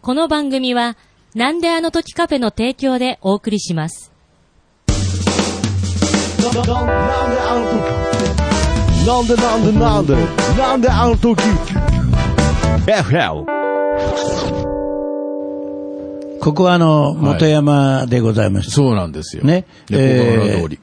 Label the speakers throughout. Speaker 1: この番組は、なんであの時カフェの提供でお送りします。
Speaker 2: なんであの時なんでなんでなんでなんであの時 ?FL!
Speaker 3: ここはあの、元山でございました。
Speaker 4: そうなんですよ。
Speaker 3: ね
Speaker 4: レコードの通り。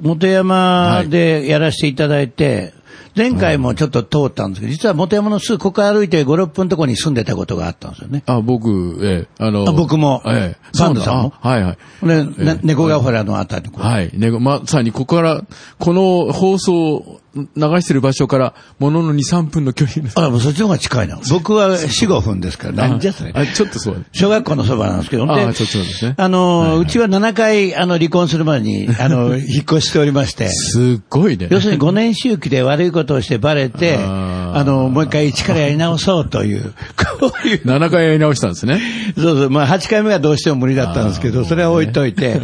Speaker 3: 元山でやらせていただいて、前回もちょっと通ったんですけど、実は元山のすぐここ歩いて5、6分のところに住んでたことがあったんですよね。
Speaker 4: あ、僕、ええ、あの、
Speaker 3: あ僕も
Speaker 4: ええ、
Speaker 3: サンドさんも
Speaker 4: あはいはい。
Speaker 3: ね、
Speaker 4: え
Speaker 3: ね
Speaker 4: え
Speaker 3: 猫ヶ原のあたりのこう
Speaker 4: はい。ね、まさにここから、この放送を流してる場所から、ものの2、3分の距離 です。
Speaker 3: あ、もうそっちの方が近いな。僕は4、5分ですから、なんじゃそれ。
Speaker 4: あ、ちょっとそう。
Speaker 3: 小学校のそばなんですけど、
Speaker 4: あ
Speaker 3: で
Speaker 4: そっちなんですね
Speaker 3: あの、うちは7回、あの、離婚する前に、あ の、引っ越しておりまして。
Speaker 4: すっごいね。
Speaker 3: 要するに5年周期で悪いことをしてバレて、
Speaker 4: あー
Speaker 3: あの、もう一回一からやり直そう という、こういう。
Speaker 4: 7回やり直したんですね。
Speaker 3: そうそう、まあ8回目がどうしても無理だったんですけ
Speaker 4: あ
Speaker 3: ど、
Speaker 4: ー
Speaker 3: それは置いと いて。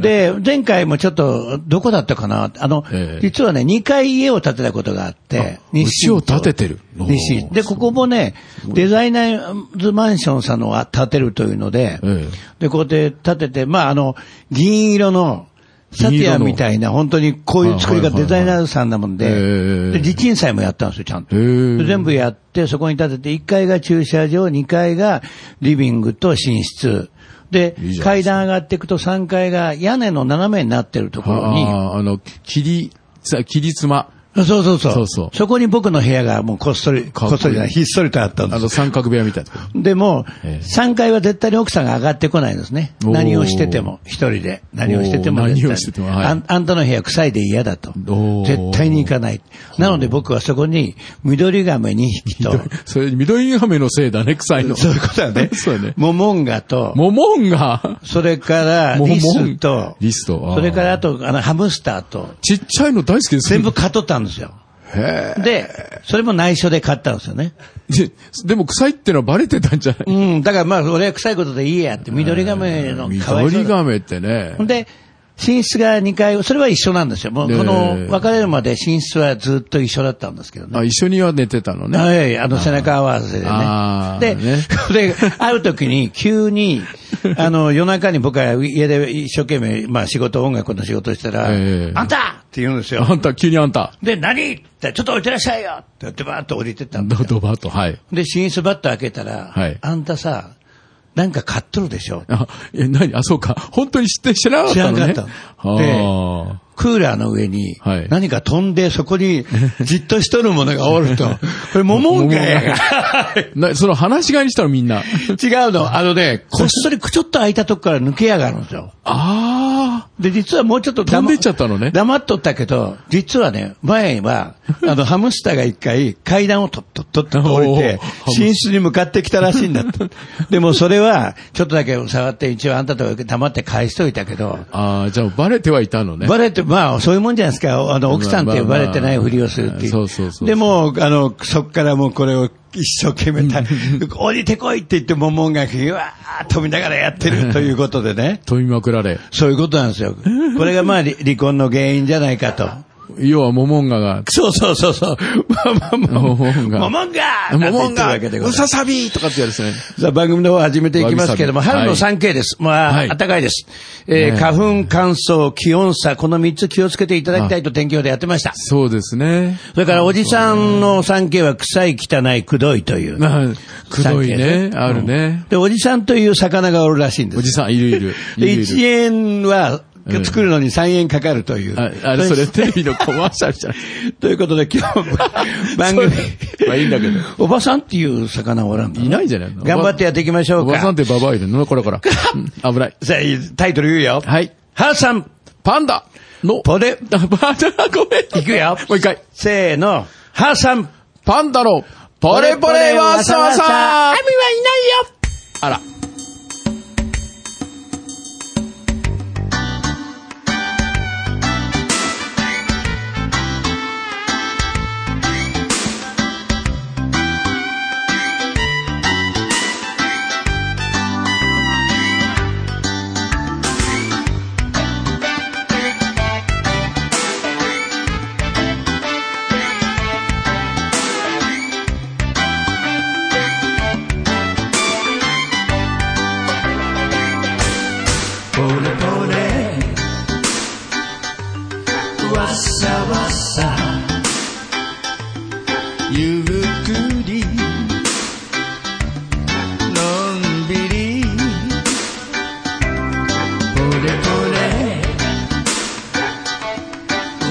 Speaker 3: で、前回もちょっと、どこだったかなあの
Speaker 4: え、え
Speaker 3: 実はね、2回家を建てたことがあって
Speaker 4: あ、
Speaker 3: 西
Speaker 4: 家を建ててるおー
Speaker 3: 西。で、ここもね、デザイナーズマンションさんのは建てるというので、
Speaker 4: ええ
Speaker 3: で、こうやって建てて、まああの、銀色の、サテ
Speaker 4: 銀
Speaker 3: ィア
Speaker 4: 色の
Speaker 3: みたいな、本当にこういう作り
Speaker 4: は
Speaker 3: が
Speaker 4: いはいはい
Speaker 3: デザイナーズさんなもん
Speaker 4: え
Speaker 3: で、
Speaker 4: え
Speaker 3: で、地鎮祭もやったんですよ、ちゃんと。
Speaker 4: へえ
Speaker 3: で全部やって、そこに建てて、1階が駐車場、2階がリビングと寝室。で、
Speaker 4: いいじゃないで
Speaker 3: 階
Speaker 4: すか
Speaker 3: 段上がっていくと3階が屋根の斜めになってるところに、
Speaker 4: あーあの、切り、さ、切り妻。
Speaker 3: そうそうそう。
Speaker 4: そうそう
Speaker 3: こに僕の部屋がもうこっそり、
Speaker 4: かっこいい
Speaker 3: こっそりじゃない、ひっそりとあったんで
Speaker 4: あ
Speaker 3: す
Speaker 4: の、三角部屋みたいなとこ。
Speaker 3: でも、
Speaker 4: ええ
Speaker 3: 3階は絶対に奥さんが上がってこないんですね。
Speaker 4: おー
Speaker 3: 何をしてても、一人で。何をしてても
Speaker 4: おー
Speaker 3: 絶対に
Speaker 4: 何をしててもはい
Speaker 3: あん。あんたの部屋臭いで嫌だと
Speaker 4: お。ー
Speaker 3: 絶対に行かない。なので僕はそこに、緑亀2匹と、
Speaker 4: それ、緑亀のせいだね、臭いの。。
Speaker 3: そういうことだ ね
Speaker 4: そうだね。
Speaker 3: モモンガと、
Speaker 4: モモンが、
Speaker 3: それから、
Speaker 4: モモン
Speaker 3: リスと、
Speaker 4: リスとあー
Speaker 3: それからあと、あの、ハムスターと、
Speaker 4: ちっちゃいの大好きです。
Speaker 3: 全部。買っとったんですよ。
Speaker 4: へ
Speaker 3: で、それも内緒で買ったんですよね。
Speaker 4: え。で でも臭いってのはバレてたんじゃない
Speaker 3: うん、だからまあ、俺は臭いことでいいやって、緑亀の可愛い
Speaker 4: 緑亀ってね
Speaker 3: ほ。んで、寝室が2階、それは一緒なんですよ。もう
Speaker 4: ええ
Speaker 3: この別れるまで寝室はずっと一緒だったんですけどね。
Speaker 4: あ、一緒には寝てたのね。
Speaker 3: はい、あの背中合わせで
Speaker 4: あー
Speaker 3: ね。
Speaker 4: ね
Speaker 3: で、で、会う時に急に、あの、夜中に僕は家で一生懸命、まあ仕事、音楽の仕事したら、
Speaker 4: ええ
Speaker 3: あんたって言うんですよ。
Speaker 4: あんた、急にあんた。
Speaker 3: で、何って、ちょっと置いてらっしゃいよって言ってバーッと降りてったんで
Speaker 4: ド
Speaker 3: すよ。
Speaker 4: ドバッと、はい。
Speaker 3: で、寝室バッと開けたら、
Speaker 4: はい
Speaker 3: あんたさ、なんか買っとるでしょ。
Speaker 4: あ、え、何あ、そうか。本当に知って、知らなかったのね。
Speaker 3: 知らなかったの
Speaker 4: はあ
Speaker 3: クーラーの上に
Speaker 4: はい、
Speaker 3: 何か飛んで、そこにじっとしとるものがおると。これ、モモンガやが。
Speaker 4: な、その話し飼いにしたのみんな。
Speaker 3: 違うの。あのね、こっそりくちょっと開いたとこから抜けやがるんですよ。
Speaker 4: あ
Speaker 3: で、実はもうちょっと
Speaker 4: 飛ん
Speaker 3: 黙
Speaker 4: でっちゃったのね
Speaker 3: 黙っとったけど、実はね、前は、あの、ハムスターが一回階段をとっとっとっと降りて
Speaker 4: おーハムス、ター
Speaker 3: 寝室に向かってきたらしいんだと。でもそれは、ちょっとだけ触って、一応あんたと黙って返しといたけど、
Speaker 4: あ。ああ、じゃあ、バレてはいたのね。
Speaker 3: バレて、まあ、そういうもんじゃないですか。あの、奥さんっ
Speaker 4: ま
Speaker 3: て
Speaker 4: あま
Speaker 3: バ
Speaker 4: あ
Speaker 3: レてないふりをするっていう。
Speaker 4: そうそうそうそう
Speaker 3: でも、あの、そっからもうこれを一生懸命た、 降りてこいって言って、ももんが、うわー飛びながらやってるということでね。
Speaker 4: 飛びまくられ。
Speaker 3: そういうことなんですよ。これがまあ、離離婚の原因じゃないかと。
Speaker 4: 要は、モモンガが、
Speaker 3: そうそうそうそう。まあまあまあ。
Speaker 4: モモンガ
Speaker 3: ももんが
Speaker 4: モモン
Speaker 3: な
Speaker 4: ガ、
Speaker 3: んて言ってるわけでございま
Speaker 4: ム
Speaker 3: す
Speaker 4: ササビとかってやるですね。
Speaker 3: さあ、番組の方始めていきますけれども、
Speaker 4: わびさび
Speaker 3: 春の
Speaker 4: は
Speaker 3: 3K です。まあ、
Speaker 4: はい
Speaker 3: 暖かいです。えー
Speaker 4: ね
Speaker 3: 花粉、乾燥、気温差、この3つ気をつけていただきたいと天気予報でやってました。
Speaker 4: そうですね。
Speaker 3: それから、おじさんの 3K は臭い、汚い、くどいという。
Speaker 4: まあ、くどいね。
Speaker 3: 3K
Speaker 4: あるね。
Speaker 3: で、おじさんという魚がおるらしいんです。
Speaker 4: おじさん、いるいる。い
Speaker 3: で、
Speaker 4: るい
Speaker 3: 1
Speaker 4: る。
Speaker 3: 円は
Speaker 4: う、ん
Speaker 3: 作るのに3円かかるという。
Speaker 4: あ、あれ、それ、テレビのコマーシャルじゃない。
Speaker 3: ということで、今日も番組。
Speaker 4: そうまあいいんだけど。
Speaker 3: おばさんっていう魚おらんの
Speaker 4: いないじゃないの
Speaker 3: 頑張ってやっていきましょう
Speaker 4: お
Speaker 3: か。
Speaker 4: ばさんってババアいるのこれ から。うん危ない。
Speaker 3: さあ、タイトル言うよ。
Speaker 4: はい。
Speaker 3: ハーさん、
Speaker 4: パンダの、
Speaker 3: ポレ、
Speaker 4: あパンダ、ごめん。
Speaker 3: いくよ。
Speaker 4: もう一回。
Speaker 3: せーの、ハーさん、
Speaker 4: パンダの、ポレポレわさわさないよ
Speaker 3: 雨はい
Speaker 4: あら。
Speaker 5: 「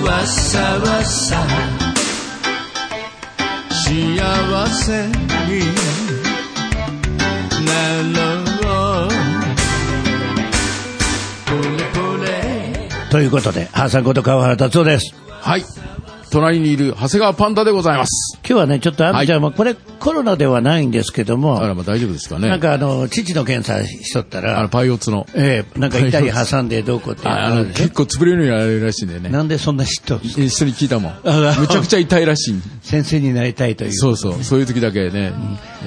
Speaker 5: さ幸せになろうポレポレ
Speaker 3: ということで、ハーサンこと川原達夫です。
Speaker 4: はい。隣にいる長谷川パンダでございます。
Speaker 3: 今日はね、ちょっとあみちゃんも、これコロナではないんですけども、
Speaker 4: あら、まあ大丈夫ですかね。
Speaker 3: なんかあの、父の検査しとった
Speaker 4: あの、
Speaker 3: ら、
Speaker 4: パイオツの。
Speaker 3: ええなんか痛い挟んでどうこうっていうの
Speaker 4: あ
Speaker 3: が
Speaker 4: あ
Speaker 3: ある
Speaker 4: の、
Speaker 3: んでしょ
Speaker 4: 結構潰れるようになるらしいんだよね。
Speaker 3: なんでそんな知っとんですか
Speaker 4: 一緒に聞いたもん。
Speaker 3: あ
Speaker 4: むちゃくちゃ痛いらしい。
Speaker 3: 先生になりたいという。
Speaker 4: そうそう。そういう時だけね。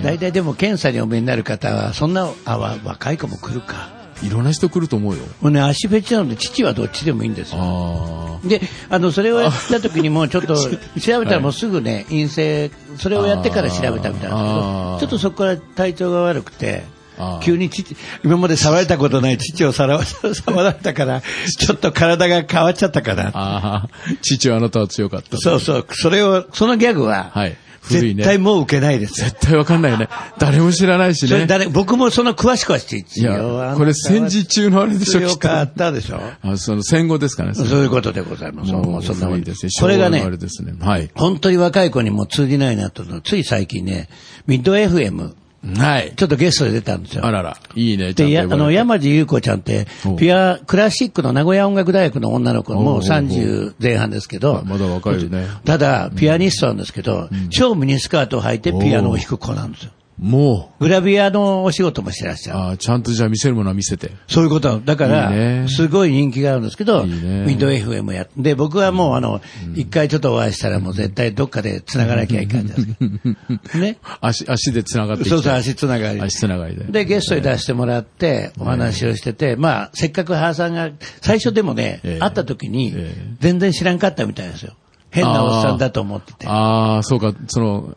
Speaker 3: 大体でも検査にお目になる方は、そんな、あ、わ若い子も来るか。
Speaker 4: いろんな人来ると思うよ。
Speaker 3: もうね、足べちなので、父はどっちでもいいんですよ。
Speaker 4: あ
Speaker 3: で、あの、それをやった時にもうちょ っと、調べたらもうすぐね、陰性、それをやってから調べたみたいなん
Speaker 4: あー
Speaker 3: ですけど、ちょっとそこから体調が悪くて
Speaker 4: あー、
Speaker 3: 急に父、今まで触れたことない父をさらわ 触られたから、ちょっと体が変わっちゃったか
Speaker 4: あ。
Speaker 3: ら。
Speaker 4: ああ。父はあなたは強かった。
Speaker 3: そうそう、それを、そのギャグは、
Speaker 4: はい古いね
Speaker 3: 絶対もう受けないですよ。
Speaker 4: 絶対わかんないよね。誰も知らないし
Speaker 3: それ
Speaker 4: ね。
Speaker 3: 誰、僕もそんな詳しくはしてい
Speaker 4: いや、これ戦時中のあれでしょ、きっ
Speaker 3: 強
Speaker 4: と。
Speaker 3: か
Speaker 4: あ
Speaker 3: ったでしょ
Speaker 4: その戦後ですかね。
Speaker 3: そういうことでございます。も
Speaker 4: も
Speaker 3: う
Speaker 4: う
Speaker 3: そんなも
Speaker 4: 古
Speaker 3: ん
Speaker 4: いですね。
Speaker 3: これ
Speaker 4: 昭
Speaker 3: が
Speaker 4: 和のあ
Speaker 3: ね
Speaker 4: れ、ですね。はい。
Speaker 3: 本当に若い子にも通じないなと思うの、つい最近ね、ミッド FM、
Speaker 4: はい。
Speaker 3: ちょっとゲストで出たんですよ
Speaker 4: あ。らら。いいね。
Speaker 3: で、やあ
Speaker 4: ちゃんと呼ばれて
Speaker 3: の、山地優子ちゃんって
Speaker 4: お、う
Speaker 3: ピュア、クラシックの名古屋音楽大学の女の子、もう
Speaker 4: おうおう
Speaker 3: 30前半ですけど、
Speaker 4: まだ若いよね。
Speaker 3: ただ、ピアニストなんですけど、超ミニスカートを履いてピアノを弾く子なんですよ。
Speaker 4: も
Speaker 3: グラビアのお仕事もしてらっし
Speaker 4: う、
Speaker 3: ゃる。
Speaker 4: ああちゃんとじゃあ見せるものは見せて。
Speaker 3: そういうことなのだか
Speaker 4: いい
Speaker 3: ら、
Speaker 4: ね
Speaker 3: すごい人気があるんですけど、
Speaker 4: いいね
Speaker 3: ミッド FM やって、で、僕はもうあの、一回ちょっとお会いしたらもう絶対どっかで繋がなきゃいけないじゃないです か。ね。
Speaker 4: 足、足で繋がってきて。
Speaker 3: そうそう、足つながり。
Speaker 4: 足つながりで。
Speaker 3: で、ゲストに出してもらって、お話をしてて、まあ、せっかく原さんが、最初でもね、
Speaker 4: ええ
Speaker 3: 会った時に
Speaker 4: ええ、
Speaker 3: 全然知らんかったみたいですよ。変なおっさんだと思ってて。
Speaker 4: ああ、そうか、その、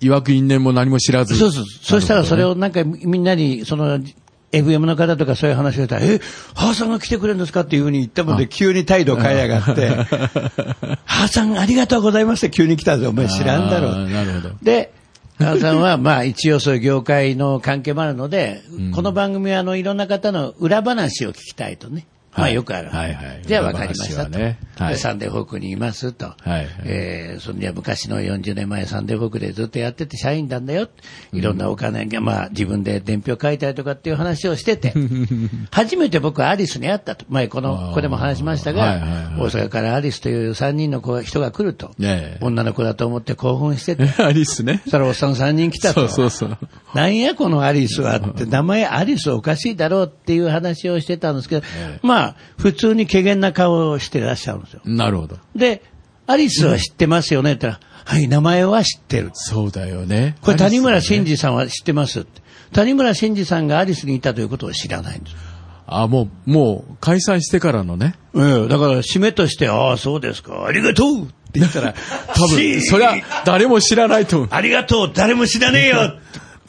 Speaker 4: いわく因縁も何も知らず。
Speaker 3: そうそう。そしたらそれをなんかみんなに、その、FM の方とかそういう話をしたら、え、ハーさんが来てくれるんですかっていうふうに言ったもんで、急に態度変えやがって、 ハーさんありがとうございましたって急に来たんですよ。お前知らんだ
Speaker 4: あ
Speaker 3: ろう
Speaker 4: ー。なるほど
Speaker 3: で、ハーさんはまあ一応そういう業界の関係もあるので、この番組はあのいろんな方の裏話を聞きたいとね。
Speaker 4: は
Speaker 3: まあ
Speaker 4: い
Speaker 3: よくある。
Speaker 4: はいはい
Speaker 3: じゃあ分かりました
Speaker 4: 裏
Speaker 3: と。
Speaker 4: 話はねはい
Speaker 3: でサンデーフォークにいますと。
Speaker 4: はい
Speaker 3: えーそんじゃ昔の40年前サンデーフォークでずっとやってて社員なんだよ。いろんなお金が、まあ自分で伝票書いたりとかっていう話をして て、初めて僕はアリスに会ったと。前この、ここでも話しましたが、
Speaker 4: はいはいはい
Speaker 3: 大阪からアリスという3人の子が人が来ると、
Speaker 4: ねえ
Speaker 3: 女の子だと思って興奮してて、
Speaker 4: アリスね
Speaker 3: そ。したらおっさん3人来た
Speaker 4: そ
Speaker 3: と。
Speaker 4: うそうそう。
Speaker 3: なんやこのアリスはって、名前アリスおかしいだろうっていう話をしてたんですけど、まあ、普通に怪げな顔をしてらっしゃるんですよ。
Speaker 4: なるほど。
Speaker 3: で、アリスは知ってますよねって言ったら、はい、名前は知ってる。
Speaker 4: そうだよね。
Speaker 3: これ谷
Speaker 4: ア
Speaker 3: 村
Speaker 4: リスね
Speaker 3: 新司さんは知ってますって。谷村新司さんがアリスにいたということを知らないんです。
Speaker 4: あ、もう、もう、開催してからのね。
Speaker 3: うん、だから締めとして、ああ、そうですか、ありがとうって言ったら、
Speaker 4: 多
Speaker 3: シー
Speaker 4: 分、そりゃ、誰も知らないと思う。
Speaker 3: ありがとう、誰も知らねえよ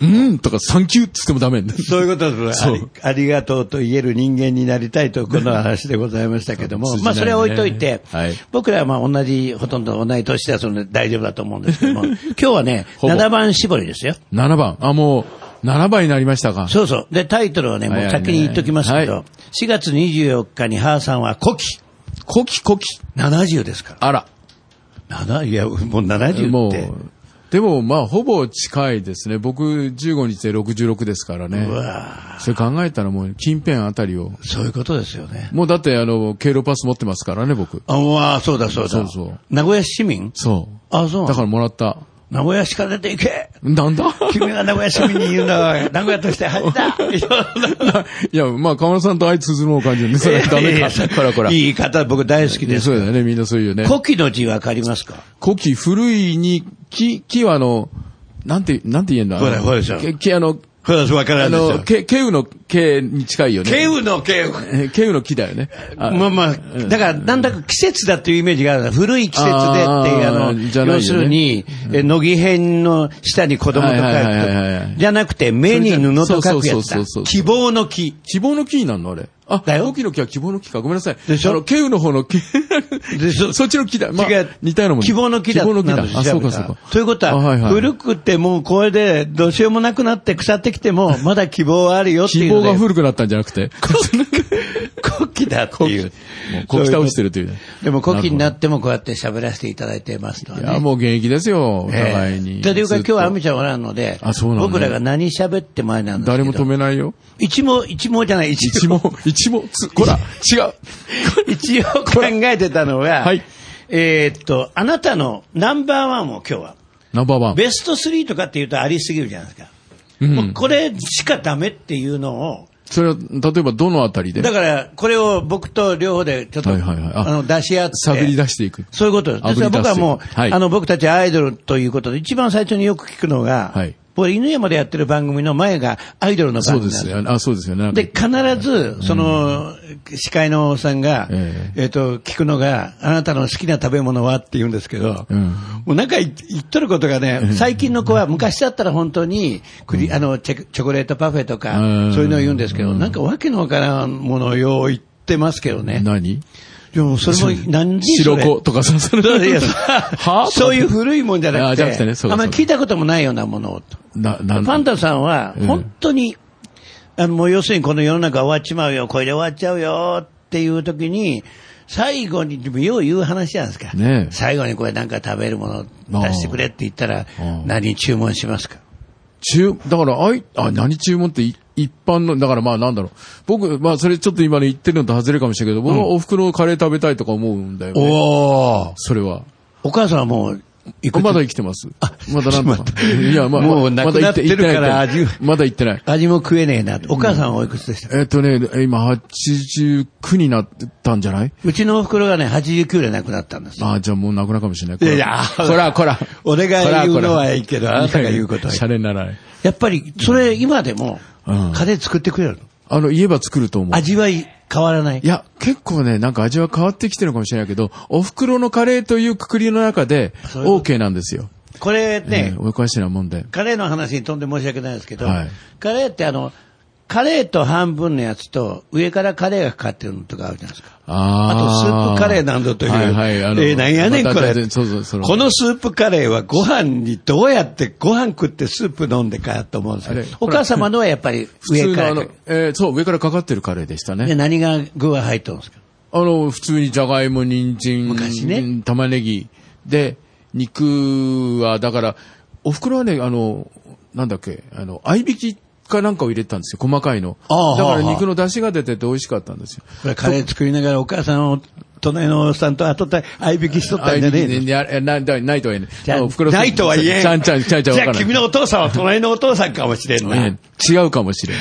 Speaker 4: うんとか、サンキューっつってもダメだ。
Speaker 3: そういうことです
Speaker 4: そう
Speaker 3: ね。ありありがとうと言える人間になりたいと、この話でございましたけども
Speaker 4: 通、じな
Speaker 3: まあ
Speaker 4: いね
Speaker 3: それは置いといて
Speaker 4: はい、
Speaker 3: 僕らはまあ同じ、ほとんど同じ年だそので大丈夫だと思うんですけど も、今日はね、
Speaker 4: ほぼ
Speaker 3: 7番絞りですよ。
Speaker 4: 7番。あ、もう、7番になりましたか。
Speaker 3: そうそう。で、タイトルはね、もう先に言っときますけ
Speaker 4: は
Speaker 3: ど
Speaker 4: い、
Speaker 3: 4月24日にハーさんは古希。
Speaker 4: コキコキ。
Speaker 3: 70ですから。
Speaker 4: あら。
Speaker 3: 7いや、もう70
Speaker 4: も
Speaker 3: って。
Speaker 4: う、でも、まあ、ほぼ近いですね。僕、15日で66ですからね。
Speaker 3: うわぁ
Speaker 4: それ考えたらもう、近辺あたりを。
Speaker 3: そういうことですよね。
Speaker 4: もうだって、あの、経路パス持ってますからね、僕。
Speaker 3: あ、うわぁそうだそうだ。
Speaker 4: そうそう
Speaker 3: 名古屋市民
Speaker 4: そう。
Speaker 3: あ、そう
Speaker 4: だからもらった。
Speaker 3: 名古屋市から出て行け
Speaker 4: なんだ
Speaker 3: 君が名古屋市民に言うの は、名古屋として恥だ。
Speaker 4: いや、まあ、河村さんと相通の感じで、それはダメか。こらこら。
Speaker 3: いい方、僕大好きです。
Speaker 4: そうだよね、みんなそういうね。
Speaker 3: 古希の字わかりますか
Speaker 4: 古希、古いに、木、木はあの、なんて、なんて言えんだ
Speaker 3: ほらほらでしょ
Speaker 4: けけあの、
Speaker 3: これわか
Speaker 4: あ
Speaker 3: ら
Speaker 4: の、。け、けうのけに近いよね。
Speaker 3: ケウのケウ。
Speaker 4: えけうの木だよね。あ
Speaker 3: まあまあ、だから、なんだか季節だっていうイメージがある。古い季節でっていう、あ
Speaker 4: あー
Speaker 3: の、
Speaker 4: じゃないよね
Speaker 3: 要するに、え乃木編の下に子供と書い
Speaker 4: はいはいはいはいは
Speaker 3: て
Speaker 4: い、
Speaker 3: じゃなくて、目に布と書く
Speaker 4: そ
Speaker 3: やつだ
Speaker 4: うそうそうそうそ。う
Speaker 3: 希望の木。
Speaker 4: 希望の木になるのあれ。あ、
Speaker 3: だよ
Speaker 4: 古希の木は希望の木か。ごめんなさい。
Speaker 3: でしょ
Speaker 4: あの、けうの方の木。
Speaker 3: でそ
Speaker 4: そっちの木だ。まあ
Speaker 3: 違う、
Speaker 4: 似たようなもんだ
Speaker 3: 希望の木だ
Speaker 4: 希望の木
Speaker 3: な
Speaker 4: だ。
Speaker 3: んです
Speaker 4: あ、そうか
Speaker 3: 調
Speaker 4: そ
Speaker 3: べ
Speaker 4: う
Speaker 3: た
Speaker 4: か。
Speaker 3: ということは、
Speaker 4: あはいはい
Speaker 3: 古くてもうこれでどうしようもなくなって腐ってきても、まだ希望はあるよってい
Speaker 4: 希
Speaker 3: うの
Speaker 4: 望
Speaker 3: で。
Speaker 4: が古くなったんじゃなくて。
Speaker 3: 古希きだっていう。
Speaker 4: もうこき倒してるというね
Speaker 3: でも、古希になってもこうやって喋らせていただいてますのはね。
Speaker 4: いや、もう現役ですよ、お互いに。
Speaker 3: という
Speaker 4: ず
Speaker 3: か今
Speaker 4: っ
Speaker 3: 日はアミちゃんおらんので、
Speaker 4: あそうなのね
Speaker 3: 僕らが何喋ってもあれなんですけ
Speaker 4: 誰
Speaker 3: ど。
Speaker 4: も止めないよ。
Speaker 3: 一毛、一毛じゃない、一
Speaker 4: 一問、 一問、つ、こら、違う。
Speaker 3: 応、 一応考えてたのが、
Speaker 4: はい
Speaker 3: えーっと、あなたのナンバーワンを今日は、
Speaker 4: ナンバーワン。
Speaker 3: ベスト3とかっていうとありすぎるじゃないですか。
Speaker 4: うん
Speaker 3: もうこれしかダメっていうのを、
Speaker 4: それは、例えばどのあたりで
Speaker 3: だから、これを僕と両方でちょっと、
Speaker 4: はいはいはいあ
Speaker 3: あの、出し合って。
Speaker 4: 探り出していく。
Speaker 3: そういうことです。
Speaker 4: 炙り
Speaker 3: ですから僕はもう、
Speaker 4: 出してはい
Speaker 3: あの、僕たちアイドルということで、一番最初によく聞くのが、
Speaker 4: はい
Speaker 3: 僕犬山でやってる番組の前がアイドルの番
Speaker 4: そう
Speaker 3: 組な
Speaker 4: で
Speaker 3: んです
Speaker 4: す
Speaker 3: よ。
Speaker 4: よね。あ、そうですよね。なんか
Speaker 3: で、必ず、その、司会のおっさんが、
Speaker 4: え
Speaker 3: えっ、と、聞くのが、あなたの好きな食べ物はって言うんですけど、
Speaker 4: うん
Speaker 3: もうなんか言言っとることがね、最近の子は昔だったら本当に、クリあの、チェチョコレートパフェとか、
Speaker 4: うん
Speaker 3: そういうのを言うんですけど、
Speaker 4: うん
Speaker 3: なんかわけのわからんものをよう言ってますけどね。
Speaker 4: 何
Speaker 3: でもそれも、何時そ
Speaker 4: 白
Speaker 3: れ
Speaker 4: 子とかさ、それ
Speaker 3: そういや
Speaker 4: は
Speaker 3: そういう古いもんじゃな
Speaker 4: あ
Speaker 3: く
Speaker 4: じゃ
Speaker 3: て、
Speaker 4: なくてねそうだ
Speaker 3: あんまり
Speaker 4: そうだ
Speaker 3: 聞いたこともないようなものをと。
Speaker 4: な、なん
Speaker 3: パンダさんは、
Speaker 4: うん
Speaker 3: 本当に、あの、もう要するにこの世の中終わっちまうよ、これで終わっちゃうよっていう時に、最後に、でもよう言う話じゃないですか。
Speaker 4: ねえ
Speaker 3: 最後にこれなんか食べるもの出してくれって言ったら
Speaker 4: ああ、
Speaker 3: 何注文しますか
Speaker 4: 注、だから、あい、あ、何注文ってい一般の、だからまあなんだろう。僕、まあそれちょっと今の言ってるのと外れかもしれないけど、僕はお袋のカレー食べたいとか思うんだよね。
Speaker 3: おお
Speaker 4: それは。
Speaker 3: お母さんはもう、いくつ
Speaker 4: まだ生きてます。まだなんと
Speaker 3: ちょ
Speaker 4: か
Speaker 3: っと待っ。て
Speaker 4: いや、まあ、
Speaker 3: もう
Speaker 4: ま
Speaker 3: 亡
Speaker 4: あま
Speaker 3: く
Speaker 4: だ行
Speaker 3: なって
Speaker 4: て行
Speaker 3: る
Speaker 4: ってない
Speaker 3: から味
Speaker 4: と思うまだ行ってない。
Speaker 3: 味も食えねえなと。お母さんはおいくつでした
Speaker 4: えっとね、今89になったんじゃないう
Speaker 3: ちのお袋がね、89で亡くなったんですよ。
Speaker 4: ああ、じゃあもうなくなるかもしれない。
Speaker 3: いやいや
Speaker 4: こら、こら。
Speaker 3: 俺が
Speaker 4: こら
Speaker 3: 言う
Speaker 4: こら
Speaker 3: のはいいけど、あなたが言うことは
Speaker 4: シャレにならない。
Speaker 3: やっぱり、それ今でも、
Speaker 4: うん
Speaker 3: 家で作ってくれるの
Speaker 4: あの、言えば作ると思う。
Speaker 3: 味わい変わらない
Speaker 4: い。や、結構ね、なんか味は変わってきてるのかもしれないけど、お袋のカレーというくくりの中で、
Speaker 3: ういうこ
Speaker 4: OK なんですよ。
Speaker 3: これね
Speaker 4: えー、おかしなもんで。
Speaker 3: カレーの話に飛んで申し訳ないですけど、
Speaker 4: はい
Speaker 3: カレーってあの、カレーと半分のやつと、上からカレーがかかってるのとかあるじゃないですか。あ
Speaker 4: あ
Speaker 3: と、スープカレーなん
Speaker 4: だ
Speaker 3: だという。
Speaker 4: はいはい、あの、
Speaker 3: えーなんやねん、
Speaker 4: ま
Speaker 3: こ
Speaker 4: た
Speaker 3: れ。
Speaker 4: 全然そうそうそう
Speaker 3: このスープカレーはご飯にどうやってご飯食ってスープ飲んでかと思うんですけ
Speaker 4: あ
Speaker 3: ど
Speaker 4: れ、
Speaker 3: お母様のはやっぱり
Speaker 4: 普通
Speaker 3: 上か
Speaker 4: の
Speaker 3: ら
Speaker 4: あの、えーそう、上からかかってるカレーでした
Speaker 3: で
Speaker 4: ね。
Speaker 3: 何が具は入ってるんですか
Speaker 4: あの、普通にじゃがいも、人参、
Speaker 3: 昔ね
Speaker 4: 玉ねぎ。で、肉は、だから、お袋はね、あの、なんだっけ、あの、合いびきかなんかを入れてたんですよ、細かいの。
Speaker 3: あ
Speaker 4: だ
Speaker 3: あ
Speaker 4: から
Speaker 3: はあはあ
Speaker 4: 肉の出汁が出てて美味しかったんですよ。
Speaker 3: これカレー作りながらお母さんを、隣のおっさんと後で合いびきしとったんじゃねえの
Speaker 4: いやいやななないとは言えない。
Speaker 3: じゃあ
Speaker 4: お袋
Speaker 3: ないとは言えん。
Speaker 4: ちゃんちゃん、ちゃんちゃん
Speaker 3: じ
Speaker 4: わ
Speaker 3: ゃ
Speaker 4: か
Speaker 3: あ
Speaker 4: らない
Speaker 3: 君のお父さんは隣のお父さんかもしれんな。
Speaker 4: ええ違うかもしれん。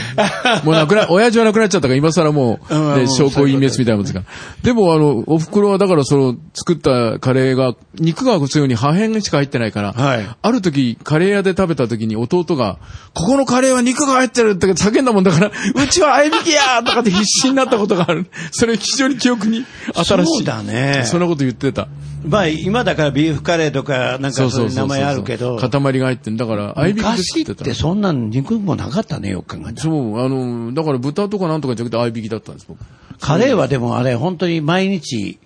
Speaker 4: もうなくな、親父はなくなっちゃったから、今更もう、
Speaker 3: うん
Speaker 4: ね
Speaker 3: うん
Speaker 4: 証拠隠滅みたいなもんですが。でも、あの、お袋はだから、その、作ったカレーが、肉が普通に破片しか入ってないから、
Speaker 3: はい
Speaker 4: ある時、カレー屋で食べた時に弟が、ここのカレーは肉が入ってるって叫んだもんだから、うちは合いびきやとかって必死になったことがある。それ非常に記憶に新しい。
Speaker 3: そうだね
Speaker 4: そんなこと言ってた。
Speaker 3: まあ今だからビーフカレーとかなんかそういう名前あるけど、
Speaker 4: 塊が入ってんだから、合いびきで
Speaker 3: 昔
Speaker 4: 作
Speaker 3: っ
Speaker 4: って
Speaker 3: て
Speaker 4: た。
Speaker 3: そんな肉もなかったね、よく考えたら。
Speaker 4: そう、あの、だから豚とかなんとかじゃなくて合いびきだったんです、僕。
Speaker 3: カレーはでもあれ本当に毎日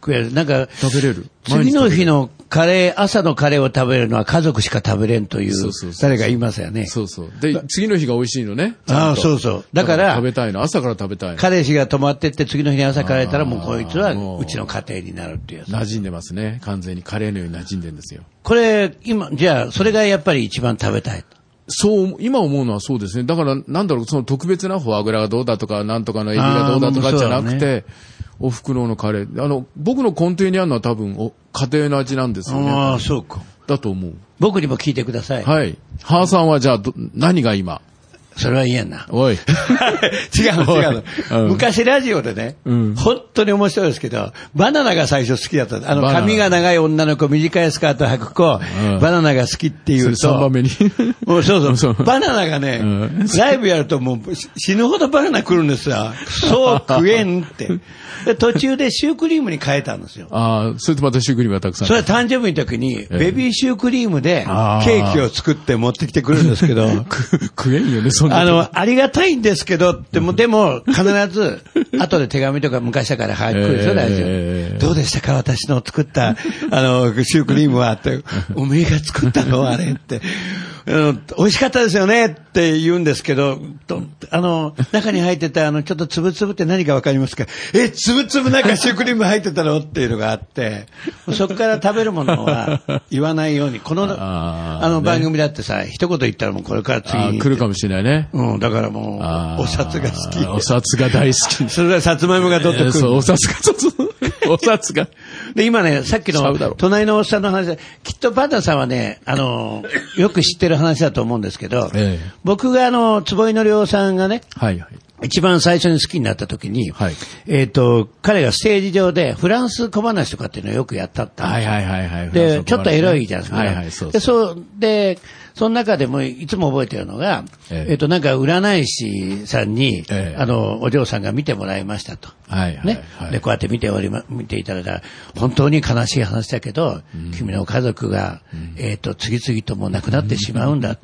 Speaker 3: 食える。なんか、
Speaker 4: 食べれる。
Speaker 3: 次の日
Speaker 4: の。
Speaker 3: のカレー、朝のカレーを食べるのは家族しか食べれんという
Speaker 4: そうそう、そう
Speaker 3: 誰か言いますよね。
Speaker 4: そうそう。で、次の日が美味しいのね。
Speaker 3: ああ、そうそう。だから
Speaker 4: 食、べたいの。朝から食べたいの。
Speaker 3: 彼氏が泊まってって次の日に朝帰れたらもうこいつは
Speaker 4: あーもう
Speaker 3: うちの家庭になるっていうやつ。
Speaker 4: 馴染んでますね。完全にカレーのように馴染んでんですよ。
Speaker 3: これ、今、じゃあ、それがやっぱり一番食べたい。
Speaker 4: そう、今思うのはそうですね。だから、なんだろう、その特別なフォアグラがどうだとか、なんとかのエビがどうだと
Speaker 3: あ
Speaker 4: か
Speaker 3: ー
Speaker 4: じゃな
Speaker 3: そ
Speaker 4: く
Speaker 3: うだ
Speaker 4: て、お袋のカレー。あの、僕の根底にあるのは多分、お家庭の味なんですよね。
Speaker 3: あ、そうか。
Speaker 4: だと思う。
Speaker 3: 僕にも聞いてください。
Speaker 4: はい。ハーさんはじゃあ、ど何が今
Speaker 3: それは言えんな。
Speaker 4: おい。 お
Speaker 3: 違う
Speaker 4: い
Speaker 3: 違う
Speaker 4: うん
Speaker 3: 昔ラジオでね、
Speaker 4: うん
Speaker 3: 本当に面白いですけど、バナナが最初好きだった。あの、
Speaker 4: バナナ
Speaker 3: 髪が長い女の子、短いスカート履く子、
Speaker 4: ん
Speaker 3: バナナが好きっていうと。
Speaker 4: それ三番 目に
Speaker 3: もうそ
Speaker 4: そ
Speaker 3: うそうう。バナナがね、
Speaker 4: うん
Speaker 3: ライブやるともうし死ぬほどバナナ来るんですよ。そう食えんって。 で途中でシュークリームに変えたんですよ。
Speaker 4: ああ、それとまたシュークリームがたくさん。
Speaker 3: それは誕生日の時に、
Speaker 4: え
Speaker 3: ベビーシュークリームで、ケ
Speaker 4: あー
Speaker 3: ーキを作って持ってきてくれるんですけ ど、
Speaker 4: く 食えんよね、そんな
Speaker 3: あ
Speaker 4: とこ。
Speaker 3: の、ありがたいんですけど、でも、でも、必ず、 後で手紙とか昔だから早く来るでし
Speaker 4: え
Speaker 3: ょ、
Speaker 4: え
Speaker 3: 大
Speaker 4: ええ
Speaker 3: 丈夫。どうでしたか、私の作った、あの、シュークリームはって、おめえが作ったのあれって。うん美味しかったですよねって言うんですけど、とあの、中に入ってた、あの、ちょっとつぶつぶって何かわかりますかえ、つぶつぶなんかシュークリーム入ってたのっていうのがあって、そこから食べるものは言わないように、この、
Speaker 4: あ
Speaker 3: あ
Speaker 4: ー
Speaker 3: の
Speaker 4: ね
Speaker 3: 番組だってさ、一言言ったらもうこれから次
Speaker 4: あー
Speaker 3: に。
Speaker 4: 来るかもしれないね。
Speaker 3: うん、だからも
Speaker 4: あー
Speaker 3: う、お札が好き。
Speaker 4: お札が大好き。
Speaker 3: それでさつまいもがどっと
Speaker 4: えー
Speaker 3: 来
Speaker 4: そ
Speaker 3: る
Speaker 4: う、。お札が、そうそうお札が。
Speaker 3: で、今ね、さっき
Speaker 4: ちゃうだ
Speaker 3: の
Speaker 4: ろ
Speaker 3: 隣のおっさんの話で、きっとパンダさんはね、あ の、よく知ってる話だと思うんですけど、
Speaker 4: ええ
Speaker 3: 僕があの、坪井のりおさんがね、
Speaker 4: はいはい。
Speaker 3: 一番最初に好きになった時に、
Speaker 4: はい
Speaker 3: えっ、と、彼がステージ上でフランス小話とかっていうのをよくやったったんですよ
Speaker 4: はいはいはいはい。
Speaker 3: で、ちょっとエロいじゃないですか。
Speaker 4: はいはい、そう
Speaker 3: で、
Speaker 4: そう。
Speaker 3: そう、で、その中でもいつも覚えてるのが、
Speaker 4: え
Speaker 3: え
Speaker 4: え
Speaker 3: っ、と、なんか占い師さんに、
Speaker 4: ええ
Speaker 3: あの、お嬢さんが見てもらいましたと。
Speaker 4: はいはい
Speaker 3: ね
Speaker 4: はい。
Speaker 3: で、こうやって見ておりま、見ていただいたら、本当に悲しい話だけど、君の家族が、えっ、と、次々ともう亡くなってしまうんだと。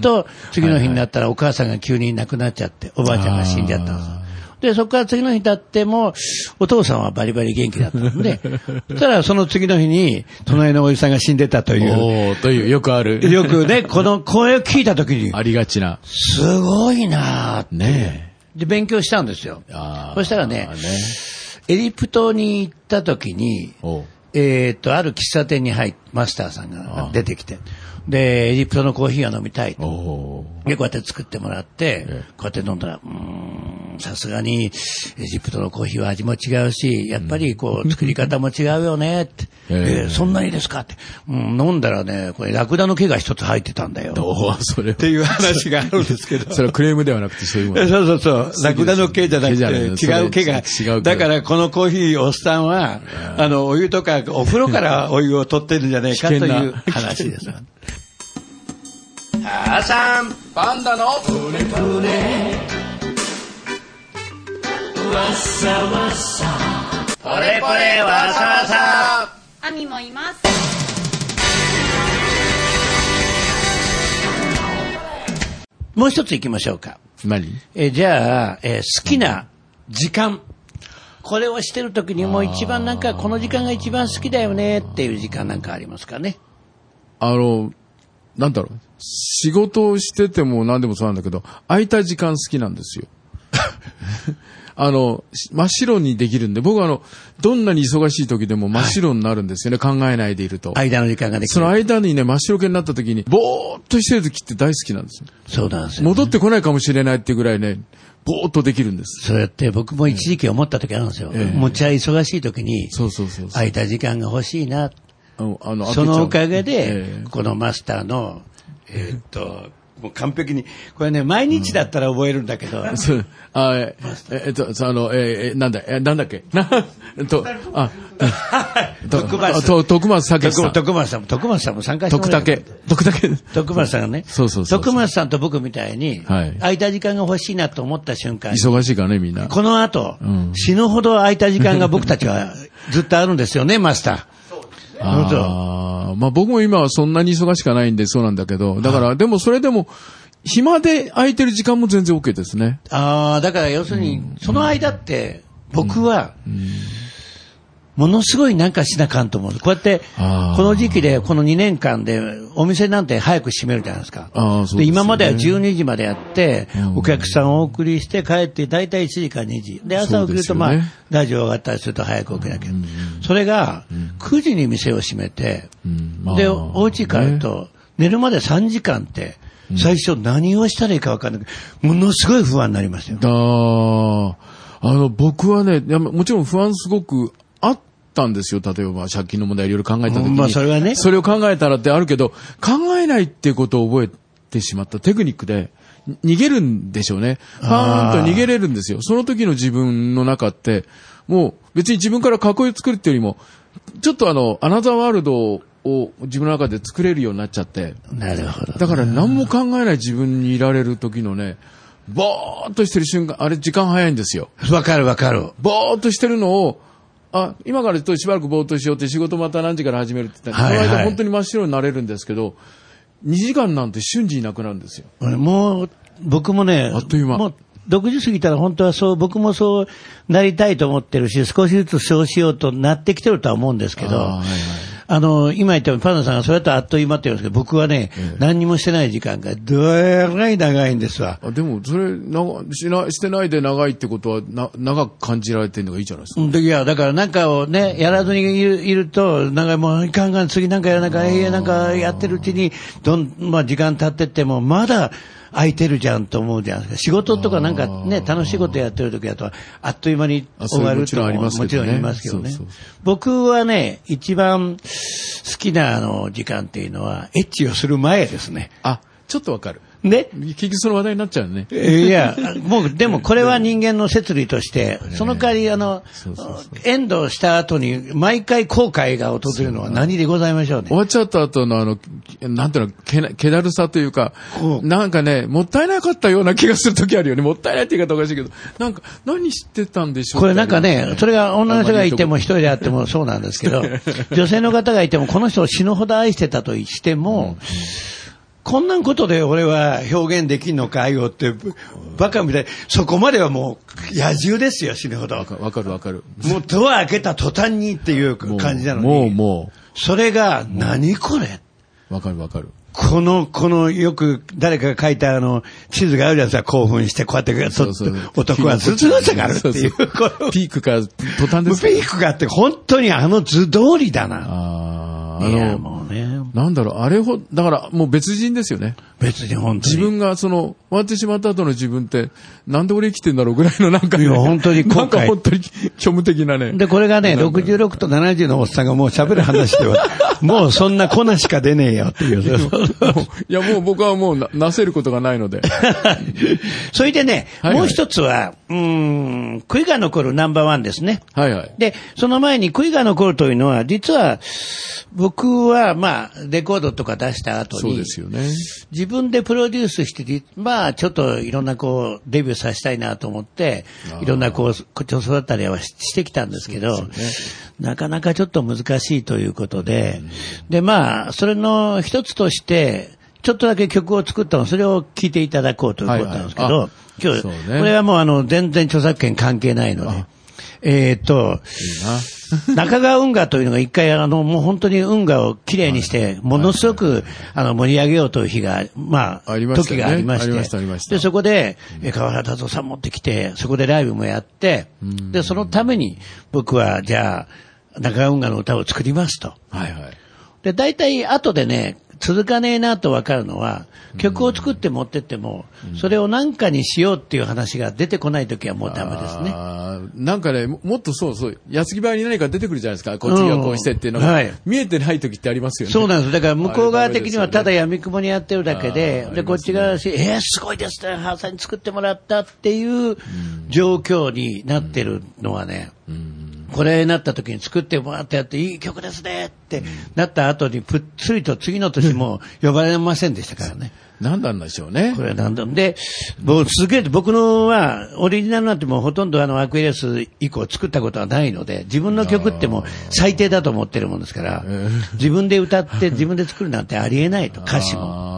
Speaker 3: と、次の日になったらお母さんが急に亡くなっちゃって、おばあちゃんが死んじゃったんです
Speaker 4: あ
Speaker 3: で、そこから次の日経っても、お父さんはバリバリ元気だった んで、そしたらその次の日に、隣のおじさんが死んでたという。
Speaker 4: おー、という、よくある。
Speaker 3: よくね、この声を聞いた時に、
Speaker 4: ありがちな。
Speaker 3: すごいなぁ。
Speaker 4: ね
Speaker 3: で、勉強したんですよ
Speaker 4: え。。あー
Speaker 3: そしたらね、エジプトに行った時に、
Speaker 4: おう
Speaker 3: えっ、と、ある喫茶店に入って、マスターさんが出てきて、で、エジプトのコーヒーが飲みたいと。
Speaker 4: おー
Speaker 3: で、こうやって作ってもらって
Speaker 4: ええ、
Speaker 3: こうやって飲んだら、うーん、さすがに、エジプトのコーヒーは味も違うし、やっぱりこう、作り方も違うよね、って。
Speaker 4: ええ
Speaker 3: えーそんなにですかって。うん、飲んだらね、これ、ラクダの毛が一つ入ってたんだよ。っ
Speaker 4: おー、 それ。
Speaker 3: ていう話があるんですけど。
Speaker 4: それはクレームではなくてそういうも
Speaker 3: え
Speaker 4: の。
Speaker 3: そうそうそう。ラクダの毛じゃなくて、
Speaker 4: 毛じゃない
Speaker 3: 違う毛が。
Speaker 4: それ違う毛
Speaker 3: だから、このコーヒー、おっさんは、あの、お湯とか、お風呂からお湯を取ってるんじゃないかと
Speaker 4: 危
Speaker 3: い
Speaker 4: 険な
Speaker 3: う話です。
Speaker 6: アミもいます。
Speaker 3: もう一つ行きましょうか。
Speaker 4: 何
Speaker 3: えーじゃあ、えー好きな時間。これをしてる時にもう一番なんか、この時間が一番好きだよねっていう時間なんかありますかね。
Speaker 4: あの、なんだろう。仕事をしてても何でもそうなんだけど、空いた時間好きなんです よ。あの、し真っ白にできるんで、僕はあの、どんなに忙しい時でも真っ白になるんですよね、考えないでいると。
Speaker 3: 間の時間ができ
Speaker 4: そ
Speaker 3: る
Speaker 4: の。間にね、真っ白けになった時に、ぼーっとしてる時って大好きなんですよ。
Speaker 3: そうなんですよ。
Speaker 4: 戻ってこないかもしれないっていうぐらいね、ぼーっとできるんです。
Speaker 3: そうやって僕も一時期思った時あるんですよ。
Speaker 4: ええ
Speaker 3: もうじゃあ忙しい時に、
Speaker 4: そうそうそうそう。
Speaker 3: 空いた時間が欲しいな。
Speaker 4: あの、あの
Speaker 3: そのおかげ
Speaker 4: え
Speaker 3: で
Speaker 4: え、
Speaker 3: このマスターの、えーっと、もう完璧に、これね、毎日だったら覚えるんだけど、
Speaker 4: そう、あ、え、ええっと、そうあの、え、え、なんだ、え、なんだっけ、 な、えっと、あ、と
Speaker 3: 徳松
Speaker 4: と徳松武さん。
Speaker 3: 徳徳松さんも、徳松さんも参加して
Speaker 4: 徳
Speaker 3: もらえる
Speaker 4: 武。徳武。
Speaker 3: 徳松さんがね、
Speaker 4: そうそうそうそう
Speaker 3: 徳松さんと僕みたいに、
Speaker 4: はい
Speaker 3: 空いた時間が欲しいなと思った瞬間に、
Speaker 4: 忙しいからね、みんな。
Speaker 3: この後、
Speaker 4: うん
Speaker 3: 死ぬほど空いた時間が僕たちはずっとあるんですよね、マスター。そう
Speaker 4: ああ、まあ僕も今はそんなに忙しくはないんでそうなんだけど、だから、でもそれでも、暇で空いてる時間も全然 OK ですね。
Speaker 3: ああ、だから要するに、その間って、僕は、ものすごいなんかしなあかんと思う。こうやって、
Speaker 4: あー
Speaker 3: この時期で、この2年間で、お店なんて早く閉めるじゃないですか。
Speaker 4: あーそうですよね
Speaker 3: 今までは12時までやって、
Speaker 4: うん
Speaker 3: お客さんをお送りして帰って、だいたい1時か2時。で、朝起きると、まあ、
Speaker 4: そうですよね
Speaker 3: ラジオ上がったりすると早く起きなきゃ。それが、9時に店を閉めて、
Speaker 4: うんまあ
Speaker 3: で、お家帰ると、寝るまで3時間って、最初何をしたらいいか分かんない。ものすごい不安になりますよ。
Speaker 4: だあの、僕はね、いやもちろん不安すごくあったんですよ。例えば、借金の問題いろいろ考えた時に。
Speaker 3: まあそれはね
Speaker 4: それを考えたらってあるけど、考えないっていうことを覚えてしまったテクニックで、に逃げるんでしょうね。パーンと逃げれるんですよ。その時の自分の中って、もう別に自分から囲いを作るっていうよりも、ちょっとあの、アナザーワールドを自分の中で作れるようになっちゃって、
Speaker 3: なるほど。
Speaker 4: だから何も考えない自分にいられる時のね、ぼーっとしてる瞬間、あれ時間早いんですよ。
Speaker 3: わかるわかる。
Speaker 4: ぼーっとしてるのを、あ、今からちょっとしばらくぼーっとしようって仕事また何時から始めるって言ったら、
Speaker 3: はいはい
Speaker 4: この間本当に真っ白になれるんですけど、2時間なんて瞬時になくなるんですよ。
Speaker 3: 俺もう、僕もね、
Speaker 4: あっという間
Speaker 3: もう60過ぎたら本当はそう、僕もそうなりたいと思ってるし、少しずつそうしようとなってきてるとは思うんですけど、
Speaker 4: あー
Speaker 3: あ,、
Speaker 4: はいはい
Speaker 3: あの、今言ったように、パンダさんがそれだとあっという間って言うんですけど、僕はね、何にもしてない時間がどえらい長いんですわ。
Speaker 4: あでも、それ、長しな、してないで長いってことは、な、長く感じられてるのがいいじゃないですか。
Speaker 3: うんいや、だからなんかをね、やらずにいるいると、なんかもう、ガンガン次なんかやらなきゃ、いや、なんかやってるうちに、どん、まあ時間経ってっても、まだ空いてるじゃんと思うじゃないですか。仕事とかなんかね、楽しいことやってる時だと、あっという間に
Speaker 4: あそ
Speaker 3: 終
Speaker 4: れ
Speaker 3: わるって
Speaker 4: もち
Speaker 3: い
Speaker 4: ろんあ
Speaker 3: う
Speaker 4: り
Speaker 3: の
Speaker 4: ますけどね
Speaker 3: もちろんありますけどね
Speaker 4: そうそうそ。
Speaker 3: 僕はね、一番好きなあの時間っていうのは、エッチをする前ですね。
Speaker 4: あ、ちょっとわかる。
Speaker 3: ね。
Speaker 4: 結局その話題になっちゃうね。
Speaker 3: いや、もう、でもこれは人間の摂理として、その代わり、あの、エンドした後に、毎回後悔が訪れるのは何でございましょう
Speaker 4: 終
Speaker 3: ね。
Speaker 4: わっちゃった後のあの、なんていうの、けな、けだるさというか
Speaker 3: こ、う
Speaker 4: なんかね、もったいなかったような気がするときあるよね。もったいないって言い方おかしいけど、なんか、何してたんでしょう
Speaker 3: これなんかね、それが女の人がいても
Speaker 4: あんまりいいとこ
Speaker 3: 一人であってもそうなんですけど、女性の方がいても、この人を死ぬほど愛してたとしても、こんなことで俺は表現できんのか、愛をって、バカみたい。そこまではもう、野獣ですよ、死ぬほど。
Speaker 4: わかるわかる。
Speaker 3: もうドア開けた途端にっていう
Speaker 4: もう
Speaker 3: 感じなのに。
Speaker 4: もうも
Speaker 3: それが、何これ
Speaker 4: う、わかるわかる。
Speaker 3: この、この、よく誰かが書いたあの、地図があるじゃないですか、興奮して、こうやってガッと、男は頭痛が下がるっていう、
Speaker 4: そそ
Speaker 3: この
Speaker 4: ピークから途端
Speaker 3: ピ
Speaker 4: ですから
Speaker 3: ークがあって、本当にあの図通りだな。
Speaker 4: ああ、あ
Speaker 3: いや、
Speaker 4: の、
Speaker 3: もうね、
Speaker 4: なんだろう、あれほ、だからもう別人ですよね。
Speaker 3: 別に本当
Speaker 4: 自
Speaker 3: に。
Speaker 4: 分がその、終わってしまった後の自分って、なんで俺生きてんだろうぐらいのなんかね、
Speaker 3: いや本当に後悔
Speaker 4: なんか本当に虚無的なね。
Speaker 3: で、これがね、66と70のおっさんがもう喋る話では、 もうそんな粉しか出ねえよっていう。
Speaker 4: いや、もう僕はもうな、なせることがないので。
Speaker 3: それでね、
Speaker 4: はいはい
Speaker 3: もう一つは、うーん、悔いが残るナンバーワンですね。
Speaker 4: はいはい。
Speaker 3: で、その前に悔いが残るというのは、実は、僕は、まあ、レコードとか出した後
Speaker 4: そう
Speaker 3: に
Speaker 4: で、すよね。
Speaker 3: 自分でプロデュースしてて、まあ、ちょっといろんなこう、デビューさせたいなと思って、いろんなこう、こちょ育ったりはししてきたんですけど、なかなかちょっと難しいということで、で、まあ、それの一つとして、ちょっとだけ曲を作ったの、それを聴いていただこうということなんですけど、
Speaker 4: はいはいあ
Speaker 3: 今日、
Speaker 4: そうね
Speaker 3: これはもうあの、全然著作権関係ないので、えーっと、 中川運河というのが一回、あの、もう本当に運河をきれいにして、ものすごく、あの、盛り上げようという日が、まあ、
Speaker 4: ありました
Speaker 3: 時
Speaker 4: よね
Speaker 3: がありまして。
Speaker 4: ありましたありました
Speaker 3: で、そこで、え川原達夫さん持ってきて、そこでライブもやって、で、そのために、僕は、じゃあ、中川運河の歌を作りますと。
Speaker 4: はいはい。
Speaker 3: で、大体後でね、続かねえなと分かるのは、曲を作って持ってっても、それを何かにしようっていう話が出てこない時はもうダメですね。
Speaker 4: あーなんかね、ももっとそうそう、安木場に何か出てくるじゃないですか。こっちがこうしてっていうの
Speaker 3: うんは
Speaker 4: が
Speaker 3: い。
Speaker 4: 見えてない時ってありますよね。
Speaker 3: そうなんです。だから向こう側的にはただ
Speaker 4: あれ
Speaker 3: 闇雲にやってるだけで
Speaker 4: あ、ー
Speaker 3: で、こっち側し、えー、すごいですね、ハーさんに作ってもらったっていう状況になってるのはね、これになった時に作ってもらってやって、いい曲ですねってなった後に、ぷっつりと次の年も呼ばれませんでしたからね。
Speaker 4: 何なんでしょうね
Speaker 3: こ。れは何度も。で、もうすげえ、僕のは、オリジナルなんてもうほとんどあの、アクエリアス以降作ったことはないので、自分の曲ってもう最低だと思ってるもんですから、自分で歌って自分で作るなんてありえないと、歌詞も。
Speaker 4: あー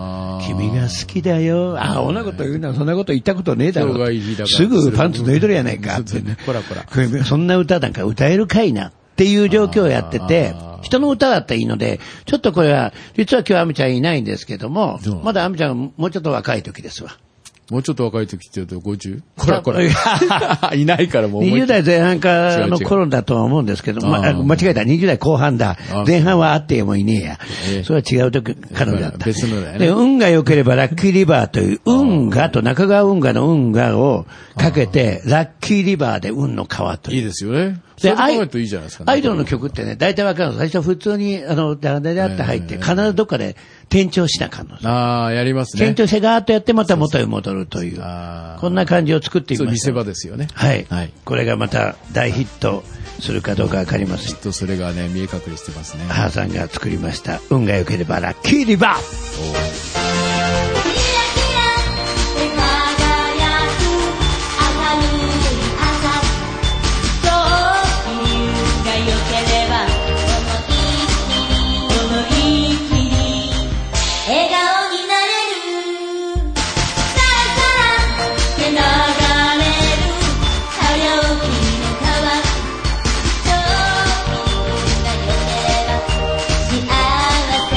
Speaker 3: 君が好きだよ。ああ、そんなこと言うな、そんなこと言ったことねえだろ
Speaker 4: 今日がいい日だから
Speaker 3: すぐパンツ脱いどるやないかっ
Speaker 4: そ
Speaker 3: て
Speaker 4: うね
Speaker 3: ね。
Speaker 4: こらこら
Speaker 3: 君そんな歌なんか歌えるかいなっていう状況をやってて
Speaker 4: あー、
Speaker 3: 人の歌だったらいいので、ちょっとこれは、実は今日アミちゃんいないんですけども
Speaker 4: そう、
Speaker 3: まだアミちゃんがもうちょっと若い時ですわ。
Speaker 4: もうちょっと若い時って言うと 50? こらこ
Speaker 3: い
Speaker 4: ら。 いないからもう思い
Speaker 3: 20
Speaker 4: っきり。
Speaker 3: 代前半
Speaker 4: 違う違
Speaker 3: か
Speaker 4: う
Speaker 3: の頃だとは思うんですけど、ま
Speaker 4: あ
Speaker 3: あ
Speaker 4: ー
Speaker 3: 間違えた、20代後半だ
Speaker 4: あー。
Speaker 3: 前半はあってもいねえや
Speaker 4: ええ。
Speaker 3: それは違う時、彼女だった。
Speaker 4: 別のだよね
Speaker 3: で、運が良ければラッキーリバーという、運河と中川運河の運河をかけて、ラッキーリバーで運の川という
Speaker 4: いいですよね。
Speaker 3: で、
Speaker 4: そう考
Speaker 3: ア
Speaker 4: え
Speaker 3: イ
Speaker 4: るといいじゃないですかね。
Speaker 3: アイドルの曲ってね、大体わかるの。最初普通に、あの、ダラダラって入って、必ずどっかで転調しなあかんの。
Speaker 4: ああ、やりますね
Speaker 3: 転。調してガーッとやって、また元へ戻るという
Speaker 4: あー。
Speaker 3: こんな感じを作っていき
Speaker 4: そう、
Speaker 3: ま
Speaker 4: 見
Speaker 3: した
Speaker 4: せ。場ですよね。
Speaker 3: はい。
Speaker 4: はい
Speaker 3: これがまた大ヒットするかどうかわかりません
Speaker 4: きっ。とそれがね、見え隠れしてますね。
Speaker 3: 母さんが作りました。運が良ければラッキーリバー
Speaker 6: キラキラって輝く赤に赤に輝くそう運が良ければこの一気この一気に笑顔になれるさあさあって流れる早起きの川そう運が良ければ幸せ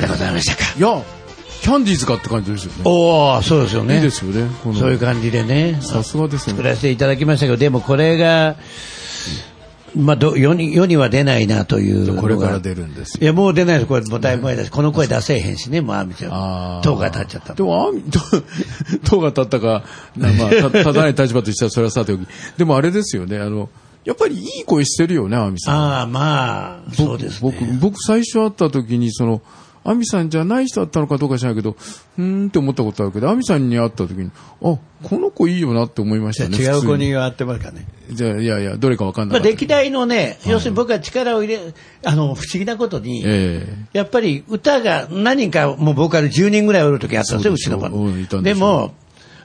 Speaker 3: でございましたか。
Speaker 4: いや、キャンディーズかって感じですよね。
Speaker 3: おお、そうですよね。
Speaker 4: いいですよね。この
Speaker 3: そういう感じでね。
Speaker 4: さすがです
Speaker 3: 作
Speaker 4: ね。
Speaker 3: らせていただきましたけど、でもこれが、まあ、ど世に世には出ないなというのが
Speaker 4: これから出るんですよ
Speaker 3: いや、もう出ないです。これ、もうだいぶ前だし、この声出せえへんしね、もう、あみちゃ
Speaker 4: あ
Speaker 3: ん。
Speaker 4: ー
Speaker 3: 10日経っちゃった。
Speaker 4: でも、あん、 と、党が立った か、なまあ、た立たない立場としてはそれはさておき。でもあれですよね、あの、やっぱりいい声してるよね、アミさん。
Speaker 3: ああ、まあ、そうですね。
Speaker 4: 僕、僕最初会った時に、その、アミさんじゃない人だったのかどうか知らないけど、うーんって思ったことあるけど、アミさんに会った時に、あ、この子いいよなって思いましたね。
Speaker 3: じゃあ違う子
Speaker 4: 普
Speaker 3: に会ってますかね。
Speaker 4: 通に。じゃあ、いやいや、どれかわかん
Speaker 3: ま
Speaker 4: な
Speaker 3: あ、
Speaker 4: かった。
Speaker 3: 歴代のね、要するに僕は力を入れ、あの、不思議なことに、
Speaker 4: ええ
Speaker 3: やっぱり歌が何人か、もうボーカル10人ぐらいおるときあったんですよ、うち
Speaker 4: そう
Speaker 3: の
Speaker 4: でしょう
Speaker 3: 場
Speaker 4: うんいたんで
Speaker 3: で
Speaker 4: しょう
Speaker 3: も、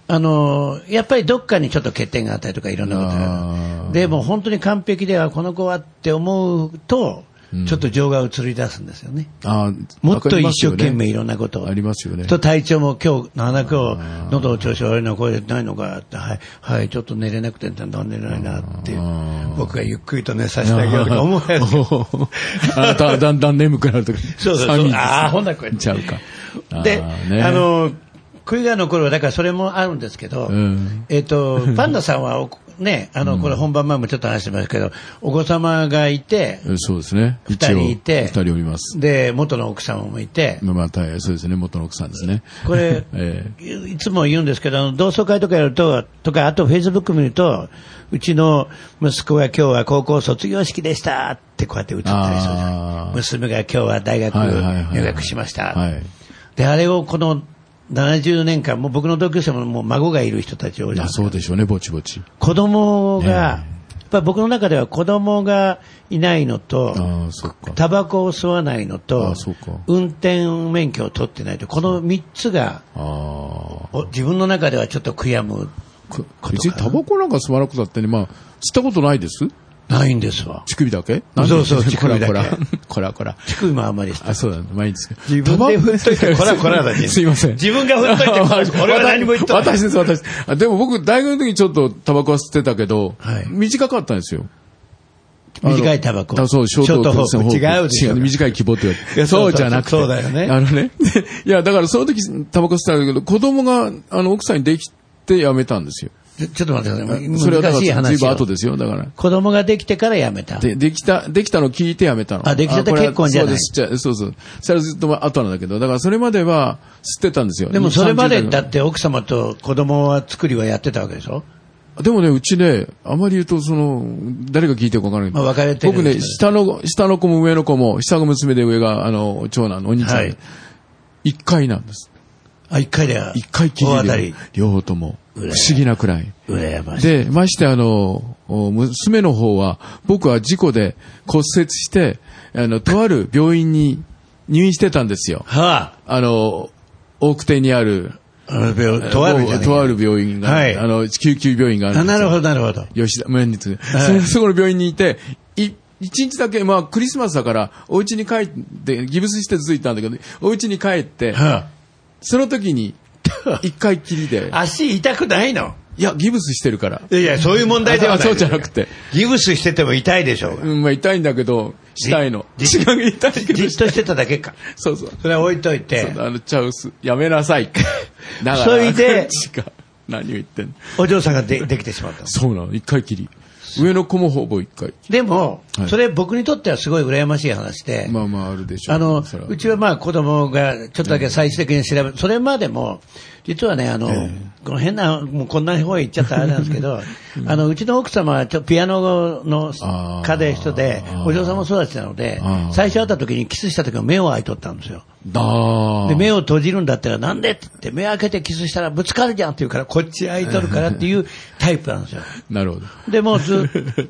Speaker 3: あのーやっぱりどっかにちょっと欠点があったりとかいろんなこと
Speaker 4: あ
Speaker 3: が
Speaker 4: ー
Speaker 3: でも本当に完璧ではこの子はって思うと、ちょっと情が移り出すんですよね。
Speaker 4: あ
Speaker 3: もっと一生懸命い
Speaker 4: ろ
Speaker 3: ろんなことを。
Speaker 4: ありますよね
Speaker 3: と体調も今日、七今日、喉の調子悪いの声ないのかって、はい、はい、ちょっと寝れなくてなんで寝れないなっていう
Speaker 4: あ。
Speaker 3: 僕がゆっくりと寝させてあげようとか思う やつ。
Speaker 4: あなたはだんだん眠くなるとか。
Speaker 3: そうそうそう
Speaker 4: 寒いです
Speaker 3: あーほんならこうやって
Speaker 4: ちゃうか。
Speaker 3: で、
Speaker 4: あ
Speaker 3: あ,、
Speaker 4: ーね
Speaker 3: の、クイガーの頃は、だからそれもあるんですけど、
Speaker 4: うん
Speaker 3: えっ、 と、パンダさんはお、ね、あの、これ本番前もちょっと話してますけど、お子様がいて、
Speaker 4: えそうですね。
Speaker 3: 二人いて
Speaker 4: 一応二人おります。
Speaker 3: で、元の奥様もいて、
Speaker 4: まあ、大変そうですね。元の奥さんですね。
Speaker 3: これ、
Speaker 4: え
Speaker 3: いいつも言うんですけど、あの同窓会とかやると、とか、あとフェイスブック見ると、うちの息子が今日は高校卒業式でしたってこうやって打ってたりするじゃ
Speaker 4: あ
Speaker 3: ない
Speaker 4: ー
Speaker 3: 娘が今日は大学
Speaker 4: はいはいはいはい
Speaker 3: 入学しました。
Speaker 4: はい
Speaker 3: で、あれをこの70年間、もう僕の同級生ももう孫がいる人たちを、
Speaker 4: えあそうでしょうね、ぼちぼち。
Speaker 3: 子供が、
Speaker 4: ええ
Speaker 3: やっぱり僕の中では子供がいないのと、
Speaker 4: ああ、そっか。
Speaker 3: タバコを吸わないの
Speaker 4: あ
Speaker 3: と
Speaker 4: あそうか、
Speaker 3: 運転免許を取ってないと、この3つが、
Speaker 4: あ
Speaker 3: お自分の中ではちょっと悔やむ。
Speaker 4: あ。く別にタバコなんか吸わなくたってね、まあ、吸ったことないです
Speaker 3: ないんですわ。
Speaker 4: 乳首だけ
Speaker 3: そうそう乳
Speaker 4: こら
Speaker 3: 首だけ
Speaker 4: こら。こらこら。
Speaker 3: 乳首もあんまりして。
Speaker 4: あ、そうだね。まあいいんですけど。
Speaker 3: 自分で振っといて、こらこらだし。
Speaker 4: すいません。
Speaker 3: 自分が振っと いてこら、俺は何も言ってない。
Speaker 4: 私です、私。あでも僕、大学の時にちょっとタバコは吸ってたけど、
Speaker 3: はい
Speaker 4: 短かったんですよ。
Speaker 3: 短いタバコ
Speaker 4: あそう、ショート
Speaker 3: ショートフォーク
Speaker 4: ショートフォーク
Speaker 3: 違うでしょ
Speaker 4: 違う短い希望って言われて
Speaker 3: いや
Speaker 4: そ
Speaker 3: そうう
Speaker 4: じゃなくて。
Speaker 3: そうだよね
Speaker 4: あのね。 いや、だからその時、タバコ吸ってたんだけど、子供が、あの、奥さんにできてやめたんですよ。
Speaker 3: ちょちょっと待ってください。
Speaker 4: それはだ
Speaker 3: 難
Speaker 4: か
Speaker 3: しい
Speaker 4: ら、ずい
Speaker 3: 話
Speaker 4: ぶん
Speaker 3: を
Speaker 4: 後。ですよ、だから。
Speaker 3: 子供ができてからやめた。
Speaker 4: で、できた、できたのを聞いてやめたの。
Speaker 3: あできたって
Speaker 4: これは
Speaker 3: 結婚じゃ
Speaker 4: そ
Speaker 3: ない
Speaker 4: うです、じゃそうそう。それはずっと後なんだけど、だからそれまでは吸ってたんですよ。
Speaker 3: でもそれまで
Speaker 4: 30代の
Speaker 3: だって奥様と子供は作りはやってたわけでしょ
Speaker 4: でもね、うちね、あまり言うと、その、誰が聞いてるかわからないけど、
Speaker 3: まあ別れてる
Speaker 4: 僕ね、下の、下の子も上の子も、下が娘で上が、あの、長男のお兄ちゃん
Speaker 3: は
Speaker 4: で、
Speaker 3: い
Speaker 4: 一回なんです。
Speaker 3: あ、一回では。
Speaker 4: 一回聞
Speaker 3: 大
Speaker 4: い
Speaker 3: 当た
Speaker 4: てる
Speaker 3: り
Speaker 4: よ。。両方とも。不
Speaker 3: う
Speaker 4: 思
Speaker 3: らやま
Speaker 4: 議なくらい。
Speaker 3: 羨ましい。
Speaker 4: で、ましてあの、お娘の方は、僕は事故で骨折して、あの、とある病院に入院してたんですよ。
Speaker 3: は
Speaker 4: あの、大久手にある、
Speaker 3: あ、あの病、とあるじゃない
Speaker 4: とある病院が、
Speaker 3: はい
Speaker 4: あの、救急病院があるん
Speaker 3: あ
Speaker 4: ですよ
Speaker 3: なるほど、なるほど。
Speaker 4: 吉田、前につ、
Speaker 3: は い
Speaker 4: そそこの病院にいて、い一日だけ、まあ、クリスマスだから、お家に帰って、ギブスして続いたんだけど、お家に帰って、
Speaker 3: は
Speaker 4: その時 に、一回きりで
Speaker 3: あ、、足痛くないの
Speaker 4: いや、ギブスしてるから。
Speaker 3: いやいや、そういう問題では
Speaker 4: あ
Speaker 3: ない。
Speaker 4: そうじゃなくて。
Speaker 3: ギブスしてても痛いでしょうが。
Speaker 4: うん、まあ、痛いんだけど、したいの。
Speaker 3: じ
Speaker 4: 違う、痛いけ
Speaker 3: じ
Speaker 4: ど
Speaker 3: っ、としてただけか。
Speaker 4: そうそう。
Speaker 3: それは置いといて、
Speaker 4: あの、チャウス、やめなさ い。だ
Speaker 3: それで
Speaker 4: 違う何を言ってんの。
Speaker 3: お嬢さんがでできてしまった。
Speaker 4: そうなの、一回きり。上の子もほぼ一回。
Speaker 3: でも
Speaker 4: はい、
Speaker 3: それ僕にとってはすごい羨ましい話で、
Speaker 4: まあまあ、あるでしょう。
Speaker 3: あの
Speaker 4: それは、
Speaker 3: うちはまあ子供がちょっとだけ最終的に調べ、それまでも、実はね、あの、この変な、もうこんな方へ行っちゃったらあれなんですけど、あの、うちの奥様はちょピアノの
Speaker 4: あー
Speaker 3: 家で人で
Speaker 4: あー、
Speaker 3: お嬢様育ちなので
Speaker 4: あー、
Speaker 3: 最初会った時にキスした時は目を開いとったんですよ。
Speaker 4: だ
Speaker 3: で、目を閉じるんだったらなんでって言って、目開けてキスしたらぶつかるじゃんって言うから、こっち開いとるからっていうタイプなんですよ。
Speaker 4: なるほど。
Speaker 3: でもうず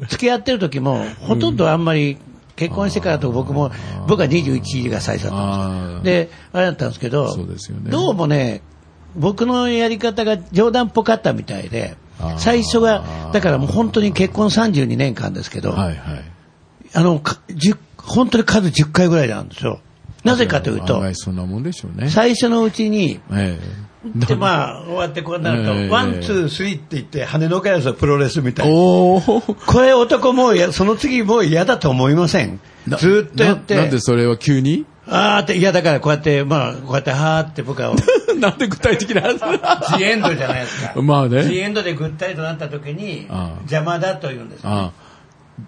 Speaker 3: 付き合ってる時も、ほとんどあんまり、結婚してからと僕も、僕は21が最初だったんですよで、あれだったんですけど、
Speaker 4: そうですよね
Speaker 3: どうもね、僕のやり方が冗談っぽかったみたいで
Speaker 4: あ、ー
Speaker 3: 最初が、だからもう本当に結婚32年間ですけど、
Speaker 4: はいはい。
Speaker 3: あの、か10本当に数10回ぐらいなんですよ。なぜかというと
Speaker 4: 案、外そんなもんでしょうね。
Speaker 3: 最初のうちに、
Speaker 4: ええ。
Speaker 3: で、まあ、終わってこうなると、
Speaker 4: ええ
Speaker 3: ワン、ツー、スリーって言って、跳ねのけやすプロレスみたいな。
Speaker 4: おー
Speaker 3: こ れ男もうや、その次もう嫌だと思いません。ずーっとやって。
Speaker 4: ななんでそれは急に
Speaker 3: あーって、いやだからこうやって、まあ、こうやってはーって部 下を。
Speaker 4: なんで具体的な話
Speaker 3: ジエンドじゃないです か。
Speaker 4: まあね
Speaker 3: ジエンドでぐったりとなった時に
Speaker 4: ああ、
Speaker 3: 邪魔だと言うんです。
Speaker 4: ああ、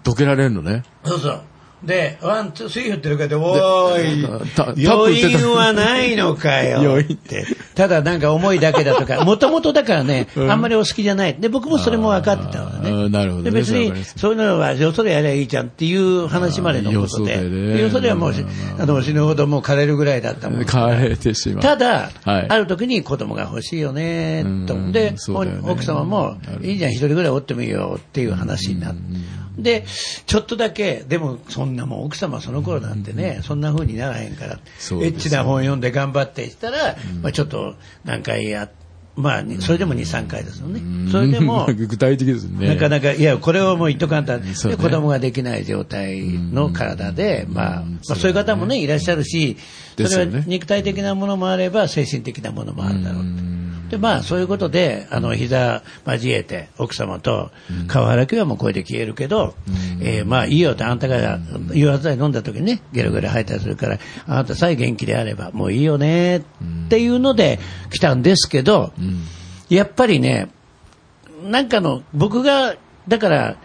Speaker 4: どけられるのね。
Speaker 3: そうそう。で、ワン、ツー、スリー言ってるかで、お
Speaker 4: たタッ
Speaker 3: ー
Speaker 4: プ
Speaker 3: い、
Speaker 4: 打っ
Speaker 3: 余
Speaker 4: てた
Speaker 3: 韻はないのかよ
Speaker 4: 余
Speaker 3: っ
Speaker 4: 韻
Speaker 3: て。ただなんか重いだけだ とか、もともとだからね、あんまりお好きじゃない。で、僕もそれも分かってたの
Speaker 4: あ
Speaker 3: ね。
Speaker 4: ーなるほどね
Speaker 3: で、別
Speaker 4: それは分
Speaker 3: に
Speaker 4: かりま、す
Speaker 3: そういうのは、よそでやりゃいいじゃんっていう話までのこと
Speaker 4: あー
Speaker 3: で
Speaker 4: よそでね。
Speaker 3: よそではもうし、あの、死ぬほどもう枯れるぐらいだったもん。
Speaker 4: 変えてしまう。
Speaker 3: ただ、
Speaker 4: はい
Speaker 3: ある時に子供が欲しいよねと
Speaker 4: うん
Speaker 3: で、
Speaker 4: そうだよね
Speaker 3: お奥様も
Speaker 4: う、ん
Speaker 3: いいじゃん、一人ぐらいおってもいいよっていう話になって。で、ちょっとだけ、でもそんなもう奥様その頃なんてね、そんな風にならへんから、エ
Speaker 4: そうです
Speaker 3: ッチな本読んで頑張ってしたら、まあちょっと何回や、まあそれでも2、3回ですよね。それで も
Speaker 4: うん、具体的ですね。
Speaker 3: なかなか、いや、これはもう一簡単、で
Speaker 4: そうね
Speaker 3: 子供ができない状態の体で、まあ、まあ、そういう方もね、いらっしゃるし、そ
Speaker 4: ですよ
Speaker 3: れ
Speaker 4: ね
Speaker 3: は肉体的なものもあれば、精神的なものもあるだろうって。で、まあ、そういうことで、あの、膝交えて、奥様と、顔洗きはもう声で消えるけど、えーまあ、いいよって、あんたが誘発剤飲んだ時にね、ゲロゲロ吐いたりするから、あなたさえ元気であれば、もういいよねっていうので来たんですけど、やっぱりね、なんかの、僕が、だから、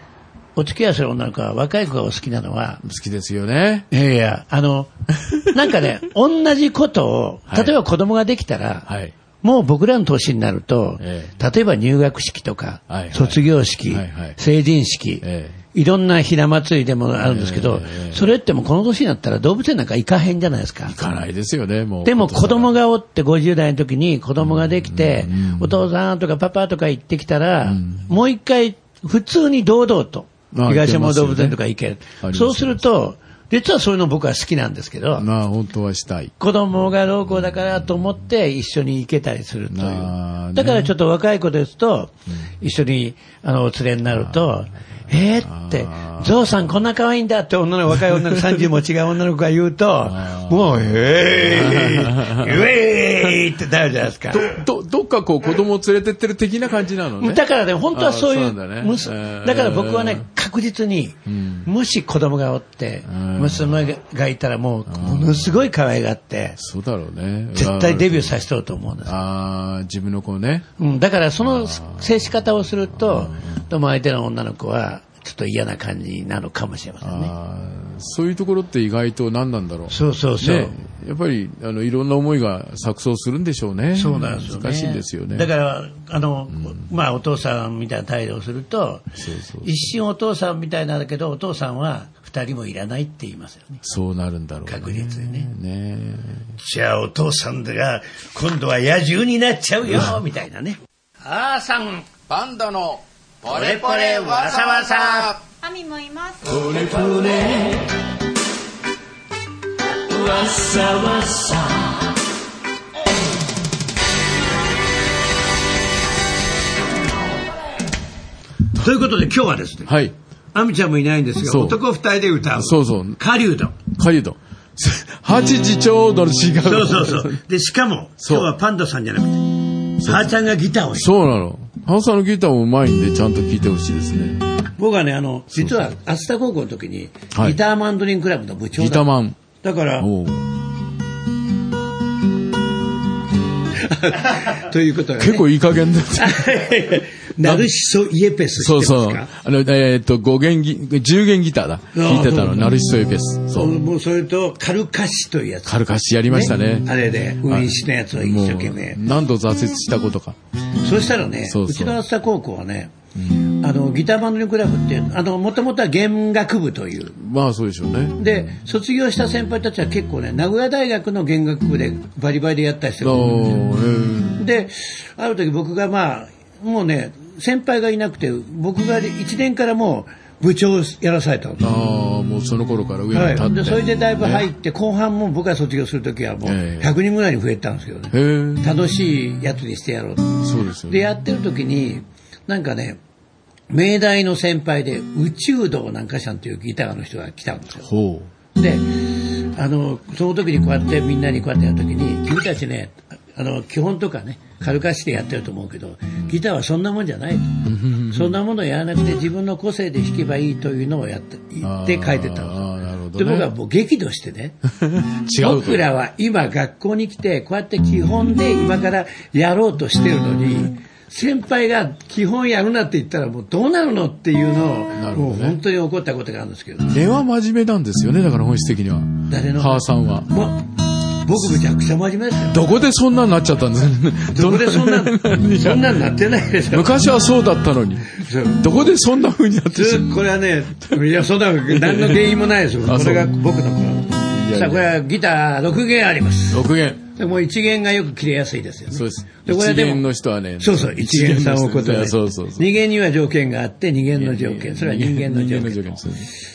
Speaker 3: お付き合いする女の子は若い子がお好きなのは、
Speaker 4: 好きですよね。
Speaker 3: いやいや、あの、 なんかね、同じことを、
Speaker 4: はい
Speaker 3: 例えば子供ができたら、
Speaker 4: はい。
Speaker 3: もう僕らの年になると、
Speaker 4: え
Speaker 3: 例えば入学式とか、
Speaker 4: はいはい
Speaker 3: 卒業式、
Speaker 4: はいはい
Speaker 3: 成人式、
Speaker 4: え
Speaker 3: いろんなひな祭りでもあるんですけど、
Speaker 4: ええ
Speaker 3: それってもうこの年になったら動物園なんか行かへんじゃないですか。
Speaker 4: 行かないですよね、もう。
Speaker 3: でも子供がおって50代の時に子供ができて、お父さんとかパパとか行ってきたら、もう一回普通に堂々と
Speaker 4: あ
Speaker 3: 東山動物園とか行ける。
Speaker 4: ますよね
Speaker 3: そうすると、実はそういうの僕は好きなんですけど、
Speaker 4: なあ、本当はしたい。
Speaker 3: 子供が老後だからと思って一緒に行けたりするとい
Speaker 4: あーね
Speaker 3: う。だからちょっと若い子ですと、一緒にあのお連れになると、えーって、ゾウさんこんな可愛いんだって女の若い女の子30も違う女の子が言うと、もう、えーい、ウェーイってなるじゃないですか。
Speaker 4: ど、どっかこう子供を連れてってる的な感じなのね。
Speaker 3: だからね、本当はそうい
Speaker 4: あーそう
Speaker 3: う、
Speaker 4: なんだね
Speaker 3: むす
Speaker 4: えー
Speaker 3: だから僕はね、確実に、もし子供がおって、
Speaker 4: ん
Speaker 3: 娘がいたらもう、ものすごい可愛がって、
Speaker 4: そうだろうね。
Speaker 3: 絶対デビュー
Speaker 4: ー。
Speaker 3: させとうと思うんです。
Speaker 4: ああ、自分の子ね。
Speaker 3: うん、だからその接し方をすると、どうも相手の女の子は、ちょっと嫌な感じなのかもしれませんね。
Speaker 4: あーそういうところって意外と何なんだろう。
Speaker 3: そうそうそう。
Speaker 4: ね、やっぱりあのいろんな思いが錯綜するんでしょうね。
Speaker 3: そうなんですよ、ね。
Speaker 4: 難しいんですよね。
Speaker 3: だから、あの、まあ、お父さんみたいな態度をすると、
Speaker 4: そうそう
Speaker 3: 一瞬お父さんみたいなんだけど、お父さんは二人もいらないって言いますよね。
Speaker 4: そうなるんだろう、ね。
Speaker 3: 確率でね。
Speaker 4: ね
Speaker 3: じゃあお父さんが、今度は野獣になっちゃうよ、みたいなね。あーさん、
Speaker 5: バンドのポ
Speaker 3: ポレポレわさわさ。
Speaker 6: アミもいます
Speaker 3: ということで今日はですね、
Speaker 4: はい。
Speaker 3: アミちゃんもいないんですが、
Speaker 4: そう
Speaker 3: 男二人で歌う。
Speaker 4: そうそう
Speaker 3: 狩人。
Speaker 4: かゆと。 八時ちょうどの違う。
Speaker 3: そうそうそう。で、しかも、
Speaker 4: そう
Speaker 3: 今日はパンダさんじゃなくて、はーちゃんがギターを弾く。
Speaker 4: そうなの。ハンさんのギターもうまいんで、ちゃんと聴いてほしいですね。
Speaker 3: 僕はね、あの、実は、熱田高校の時に、
Speaker 4: はい
Speaker 3: ギターマンドリンクラブの部長だ
Speaker 4: ギターマン。
Speaker 3: だから、
Speaker 4: おう
Speaker 3: ということがね
Speaker 4: 結構いい加減だった。
Speaker 3: ナルシソ・イエペス知って
Speaker 4: そ
Speaker 3: ま
Speaker 4: う
Speaker 3: すか
Speaker 4: そう。あの、えーっと、五弦ギ、10弦ギターだ。弾いてた
Speaker 3: そ
Speaker 4: の。
Speaker 3: う
Speaker 4: ナルシソエペス。そ
Speaker 3: もう
Speaker 4: う。
Speaker 3: もうそれと、カルカシというやつ。
Speaker 4: カルカシやりましたね。
Speaker 3: あれで、ウィンシのやつを一生懸命
Speaker 4: も。う何度挫折したことか。
Speaker 3: そしたらね、
Speaker 4: そううそう
Speaker 3: ちの熱田高校はね、あの、ギターマンドリンクラブって、あの、もともとは弦楽部という、
Speaker 4: まあそうでしょうね。
Speaker 3: で、卒業した先輩たちは結構ね、名古屋大学の弦楽部でバリバリでやった人が多いんですよ
Speaker 4: おー
Speaker 3: で、ある時僕がまあ、もうね、先輩がいなくて、僕が1年からもう部長をやらされたの
Speaker 4: えーああ、もうその頃から上に
Speaker 3: は
Speaker 4: 立って。
Speaker 3: い、でそれでだいぶ入って、後半も僕が卒業するときはもう
Speaker 4: ええ
Speaker 3: 100人ぐらいに増えたんですけどね、
Speaker 4: へえ、
Speaker 3: 楽しいやつにしてやろうと
Speaker 4: そうですよ
Speaker 3: で、
Speaker 4: ね。
Speaker 3: やってる時に、なんかね、明大の先輩で、宇宙道なんかしゃんというギターの人が来たんですよ。
Speaker 4: ほう。
Speaker 3: で、あの、その時にこうやってみんなにこうやってやる時に、君たちね、あの、基本とかね、軽かしてやってると思うけど、ギターはそんなもんじゃないと。そんなものをやらなくて自分の個性で弾けばいいというのをやって、言って書いてた
Speaker 4: あーあーなるほ
Speaker 3: の。
Speaker 4: どど
Speaker 3: で僕は
Speaker 4: ね。
Speaker 3: もう激怒し てね
Speaker 4: 違うと
Speaker 3: 僕らは今学校に来てこうやって基本で今からやろうとしてるのに先輩が基本やるなって言ったらもうどうなるのっていうのを、
Speaker 4: るほど
Speaker 3: もう
Speaker 4: ね
Speaker 3: 本当に怒ったことがあるんですけど
Speaker 4: 根は真面目なんですよね、だから本質的には。
Speaker 3: 誰の
Speaker 4: 母さんは。
Speaker 3: もう僕むちゃくちゃ真面目ですよ
Speaker 4: どこでそんなになっちゃったんですかね。
Speaker 3: どこでそ んなそんなんなってないでしょ
Speaker 4: 昔はそうだったのに。
Speaker 3: そう
Speaker 4: どこでそんな風になってし
Speaker 3: ずこれ はね、いや、そんな、何の原因もないですよ。
Speaker 4: あ
Speaker 3: これが
Speaker 4: そう
Speaker 3: 僕のこ
Speaker 4: いや
Speaker 3: さあ、これはギター6弦あります。
Speaker 4: まう。6弦。
Speaker 3: でもう1弦がよく切れやすいですよね。
Speaker 4: そうです。
Speaker 3: で、これ
Speaker 4: 1
Speaker 3: はで
Speaker 4: 弦の
Speaker 3: も、
Speaker 4: 人はね。
Speaker 3: そうそう、1弦3をことで。
Speaker 4: そうそうそう。
Speaker 3: 2弦には条件があって、2弦の条件。それは人間の条
Speaker 4: 人
Speaker 3: 件。
Speaker 4: そうです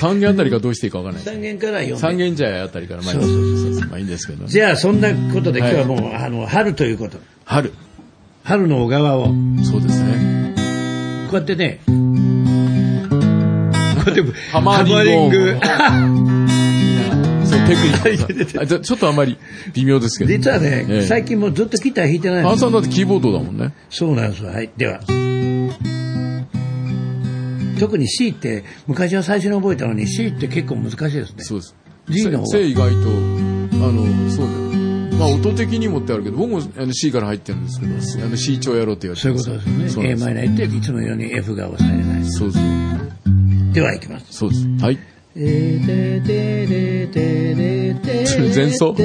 Speaker 4: 3弦あたりがどうしていいかわからない。
Speaker 3: 3弦から4
Speaker 4: 3
Speaker 3: 弦。
Speaker 4: 弦じゃあたりから前に。
Speaker 3: そうそう
Speaker 4: そうそうまあいいんですけど。
Speaker 3: じゃあ、そんなことで今
Speaker 4: はい
Speaker 3: 日はもう、あの、春ということ。
Speaker 4: 春。
Speaker 3: 春の小川を、こ
Speaker 4: そうですね。
Speaker 3: うやってね、こうやって、
Speaker 4: ハマリング
Speaker 3: ハマリング。
Speaker 4: そう、テクニッ ク。あちょちょっとあんまり微妙ですけど。
Speaker 3: 実は
Speaker 4: え
Speaker 3: ね、
Speaker 4: え
Speaker 3: 最近もうずっとギター弾いてないんです
Speaker 4: 母さんだってキーボードだもんね。
Speaker 3: そうなんですよ。はい。では。特に C って、昔は最初に覚えたのに C って結構難しいですね。
Speaker 4: そうです。
Speaker 3: G の方が
Speaker 4: せせ意外と、あの、そうだよ。まあ音的にもってあるけど、僕もあの C から入ってるんですけど、あの C 調やろうって言われて
Speaker 3: そうい
Speaker 4: ま
Speaker 3: うことですよね。
Speaker 4: そうな
Speaker 3: a
Speaker 4: ん
Speaker 3: マ
Speaker 4: で
Speaker 3: イナーっていつもように F が押されない。
Speaker 4: すそうそう。
Speaker 3: では行きます。
Speaker 4: そうです。はい。
Speaker 3: 前
Speaker 4: 前奏
Speaker 3: は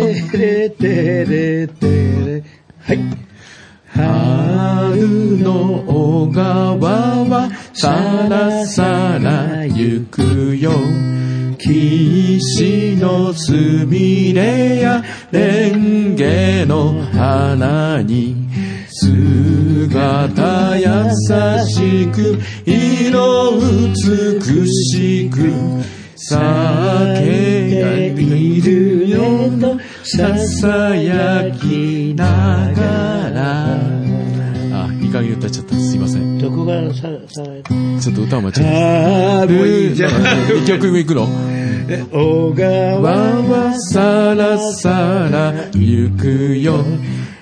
Speaker 3: い。
Speaker 4: 春の小川はさらさら行くよ岸のすみれやレンゲの花に姿優しく色美しく酒がいるよのささやきながらあいい加減歌っちゃったすいません
Speaker 3: どこがさ、さ、
Speaker 4: ちょっと歌を間違えた。
Speaker 3: もういいじゃん
Speaker 4: 一曲目行くの
Speaker 3: 小
Speaker 4: わ
Speaker 3: 川
Speaker 4: わさらさら行くよ。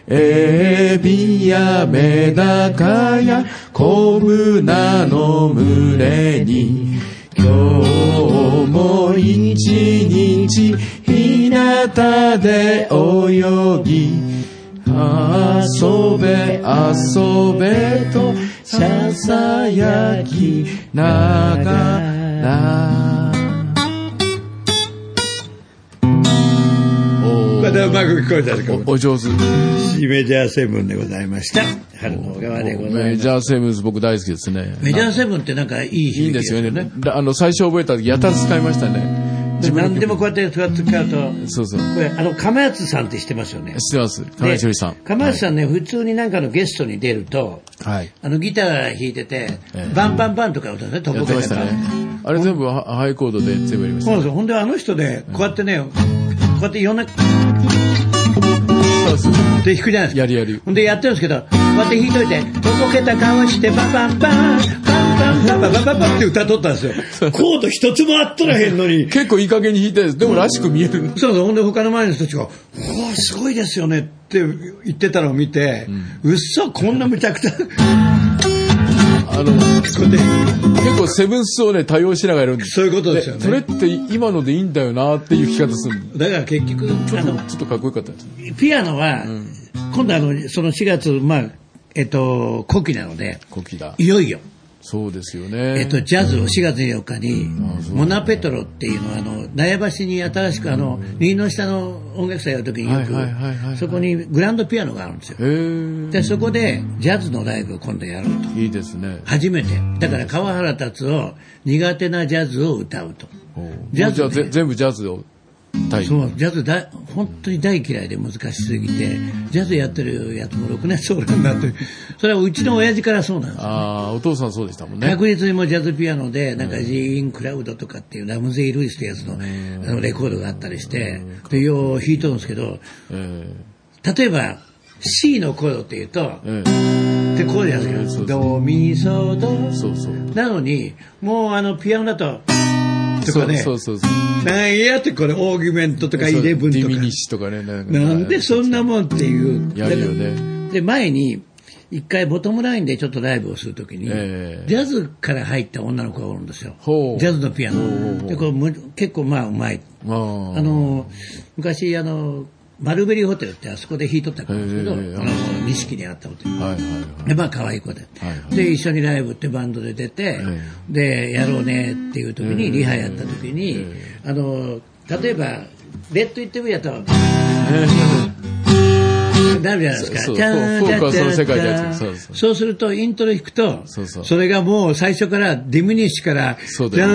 Speaker 4: エビやメダカや小舟の群れに。今日も一日日向で泳ぎ。遊べ遊べとささやきながら
Speaker 3: まだうまく聞こえたでしょうか。
Speaker 4: お上手。
Speaker 3: C メジャーセブンでございました。春の小川でござい
Speaker 4: メ
Speaker 3: ます。
Speaker 4: ジャーセブンズ僕大好きですね。
Speaker 3: メジャ
Speaker 4: な
Speaker 3: ーセブンってなんかいい
Speaker 4: いい
Speaker 3: 響
Speaker 4: ん
Speaker 3: き
Speaker 4: ですよね。だあの、最初覚えた時、やたら使いましたね。
Speaker 3: で
Speaker 4: の
Speaker 3: 何
Speaker 4: 曲
Speaker 3: でもこうやって使って使うと、こ
Speaker 4: そうそう。
Speaker 3: れ、あの、釜安さんって知ってますよね。
Speaker 4: 知ってます。金井しおりさん。
Speaker 3: で釜安さんね、普通になんかのゲストに出ると、
Speaker 4: はい。
Speaker 3: あの、ギター弾いてて、
Speaker 4: ええ
Speaker 3: バンバンバンとか歌うんですね、トッ
Speaker 4: やっ
Speaker 3: プ
Speaker 4: て
Speaker 3: バ
Speaker 4: ま
Speaker 3: ン
Speaker 4: したね。あれ全部はハイコードで全部やりました。
Speaker 3: そうなんですよ。ほんで、あの人ね、こうやってね、こうやっていろんな、こ
Speaker 4: そうそう
Speaker 3: うやって弾くじゃないですか。
Speaker 4: やりやり
Speaker 3: ほんで、やってるんですけど、こうやって弾いといて、とぼけた顔して、バンバンバン、バンバンバンバンバンバンバンって歌っとったんですよ。コード一つもあっとらへんのに、
Speaker 4: 結構いい加減に弾いてるんです。でもらしく見える。
Speaker 3: そうそう、ほんで他の前の人たちが、おーすごいですよねって言ってたのを見て、うっそ、こんなむちゃくちゃ、こ
Speaker 4: あの、
Speaker 3: うやって
Speaker 4: 結構セブンスをね、多用しながらやるんです。
Speaker 3: そういうことですよね
Speaker 4: それって今のでいいんだよなっていう弾き方するの
Speaker 3: だから結局、あの、
Speaker 4: ちょっとかっこよかったです。
Speaker 3: ピアノは、今度あの、その4月、まあ、えっと、古希なので、
Speaker 4: コキだ。
Speaker 3: いよいよ、
Speaker 4: そうですよ
Speaker 3: え
Speaker 4: ね
Speaker 3: っ。と、ジャズを4月4日に
Speaker 4: あそう、
Speaker 3: モナペトロっていうのは、あの、苗場市に新しくあの、右の下の音楽祭やるときによ
Speaker 4: はいはいはいはいはい
Speaker 3: く、そこにグランドピアノがあるんですよ。
Speaker 4: へ
Speaker 3: で、そこで、ジャズのライブを今度やろうと。
Speaker 4: え。いいですね。
Speaker 3: 初めて。だから川原達夫、苦手なジャズを歌うと。
Speaker 4: おう
Speaker 3: ジャズね
Speaker 4: じゃあぜ全部ジャズを対
Speaker 3: そう、ジャズだ、本当に大嫌いで難しすぎて、ジャズやってるやつもろくな人おらんなって。それはうちの親父からそうなんです。
Speaker 4: ああ、お父さんそうでしたもんね。
Speaker 3: 確実にもうジャズピアノで、なんかジーン・クラウドとかっていうラムゼイ・ルイスってやつのあのレコードがあったりして、で、よう弾いとるんですけど、
Speaker 4: えー
Speaker 3: 例えば C のコードっていうと、
Speaker 4: えー
Speaker 3: ってこうじゃないで
Speaker 4: そ
Speaker 3: す
Speaker 4: うそ
Speaker 3: か。
Speaker 4: う
Speaker 3: ドミソド。
Speaker 4: そうそう。
Speaker 3: なのに、もうあのピアノだと、とかね、
Speaker 4: そうそうそうそう。
Speaker 3: なんやってこれ、オーギュメントとか
Speaker 4: そう
Speaker 3: イレブン
Speaker 4: デ
Speaker 3: と
Speaker 4: ィミ
Speaker 3: か
Speaker 4: ニッ。シュとかね。な
Speaker 3: なんでそんなもんっていう。
Speaker 4: やるよね。
Speaker 3: で、前に、一回ボトムラインでちょっとライブをするときに、
Speaker 4: ええ
Speaker 3: ジャズから入った女の子がおるんですよ。
Speaker 4: ほう
Speaker 3: ジャズのピア
Speaker 4: ほうほう
Speaker 3: ノ。で、これむ結構まあうまい。
Speaker 4: あー
Speaker 3: あの、昔、あの、マルベリーホテルってあそこで弾いとった子なんですけど、
Speaker 4: へえ
Speaker 3: あの、錦にあったホテル。
Speaker 4: はいはい
Speaker 3: でまあ可愛い子で、
Speaker 4: はいはい
Speaker 3: で一緒にライブってバンドで出て、でやろうねっていう時にリハやった時に、あの例えば「レッド・イット・ビー」やったらなるじゃないですか
Speaker 4: そうそう
Speaker 3: チャーン
Speaker 4: フォークは
Speaker 3: チャーン
Speaker 4: その世界のやつ
Speaker 3: チャ
Speaker 4: そう
Speaker 3: ーン
Speaker 4: そう
Speaker 3: そうするとイントロ弾くと
Speaker 4: そうそう
Speaker 3: れがもう最初からディミニッシュからチ
Speaker 4: そ
Speaker 3: ャ
Speaker 4: うだよ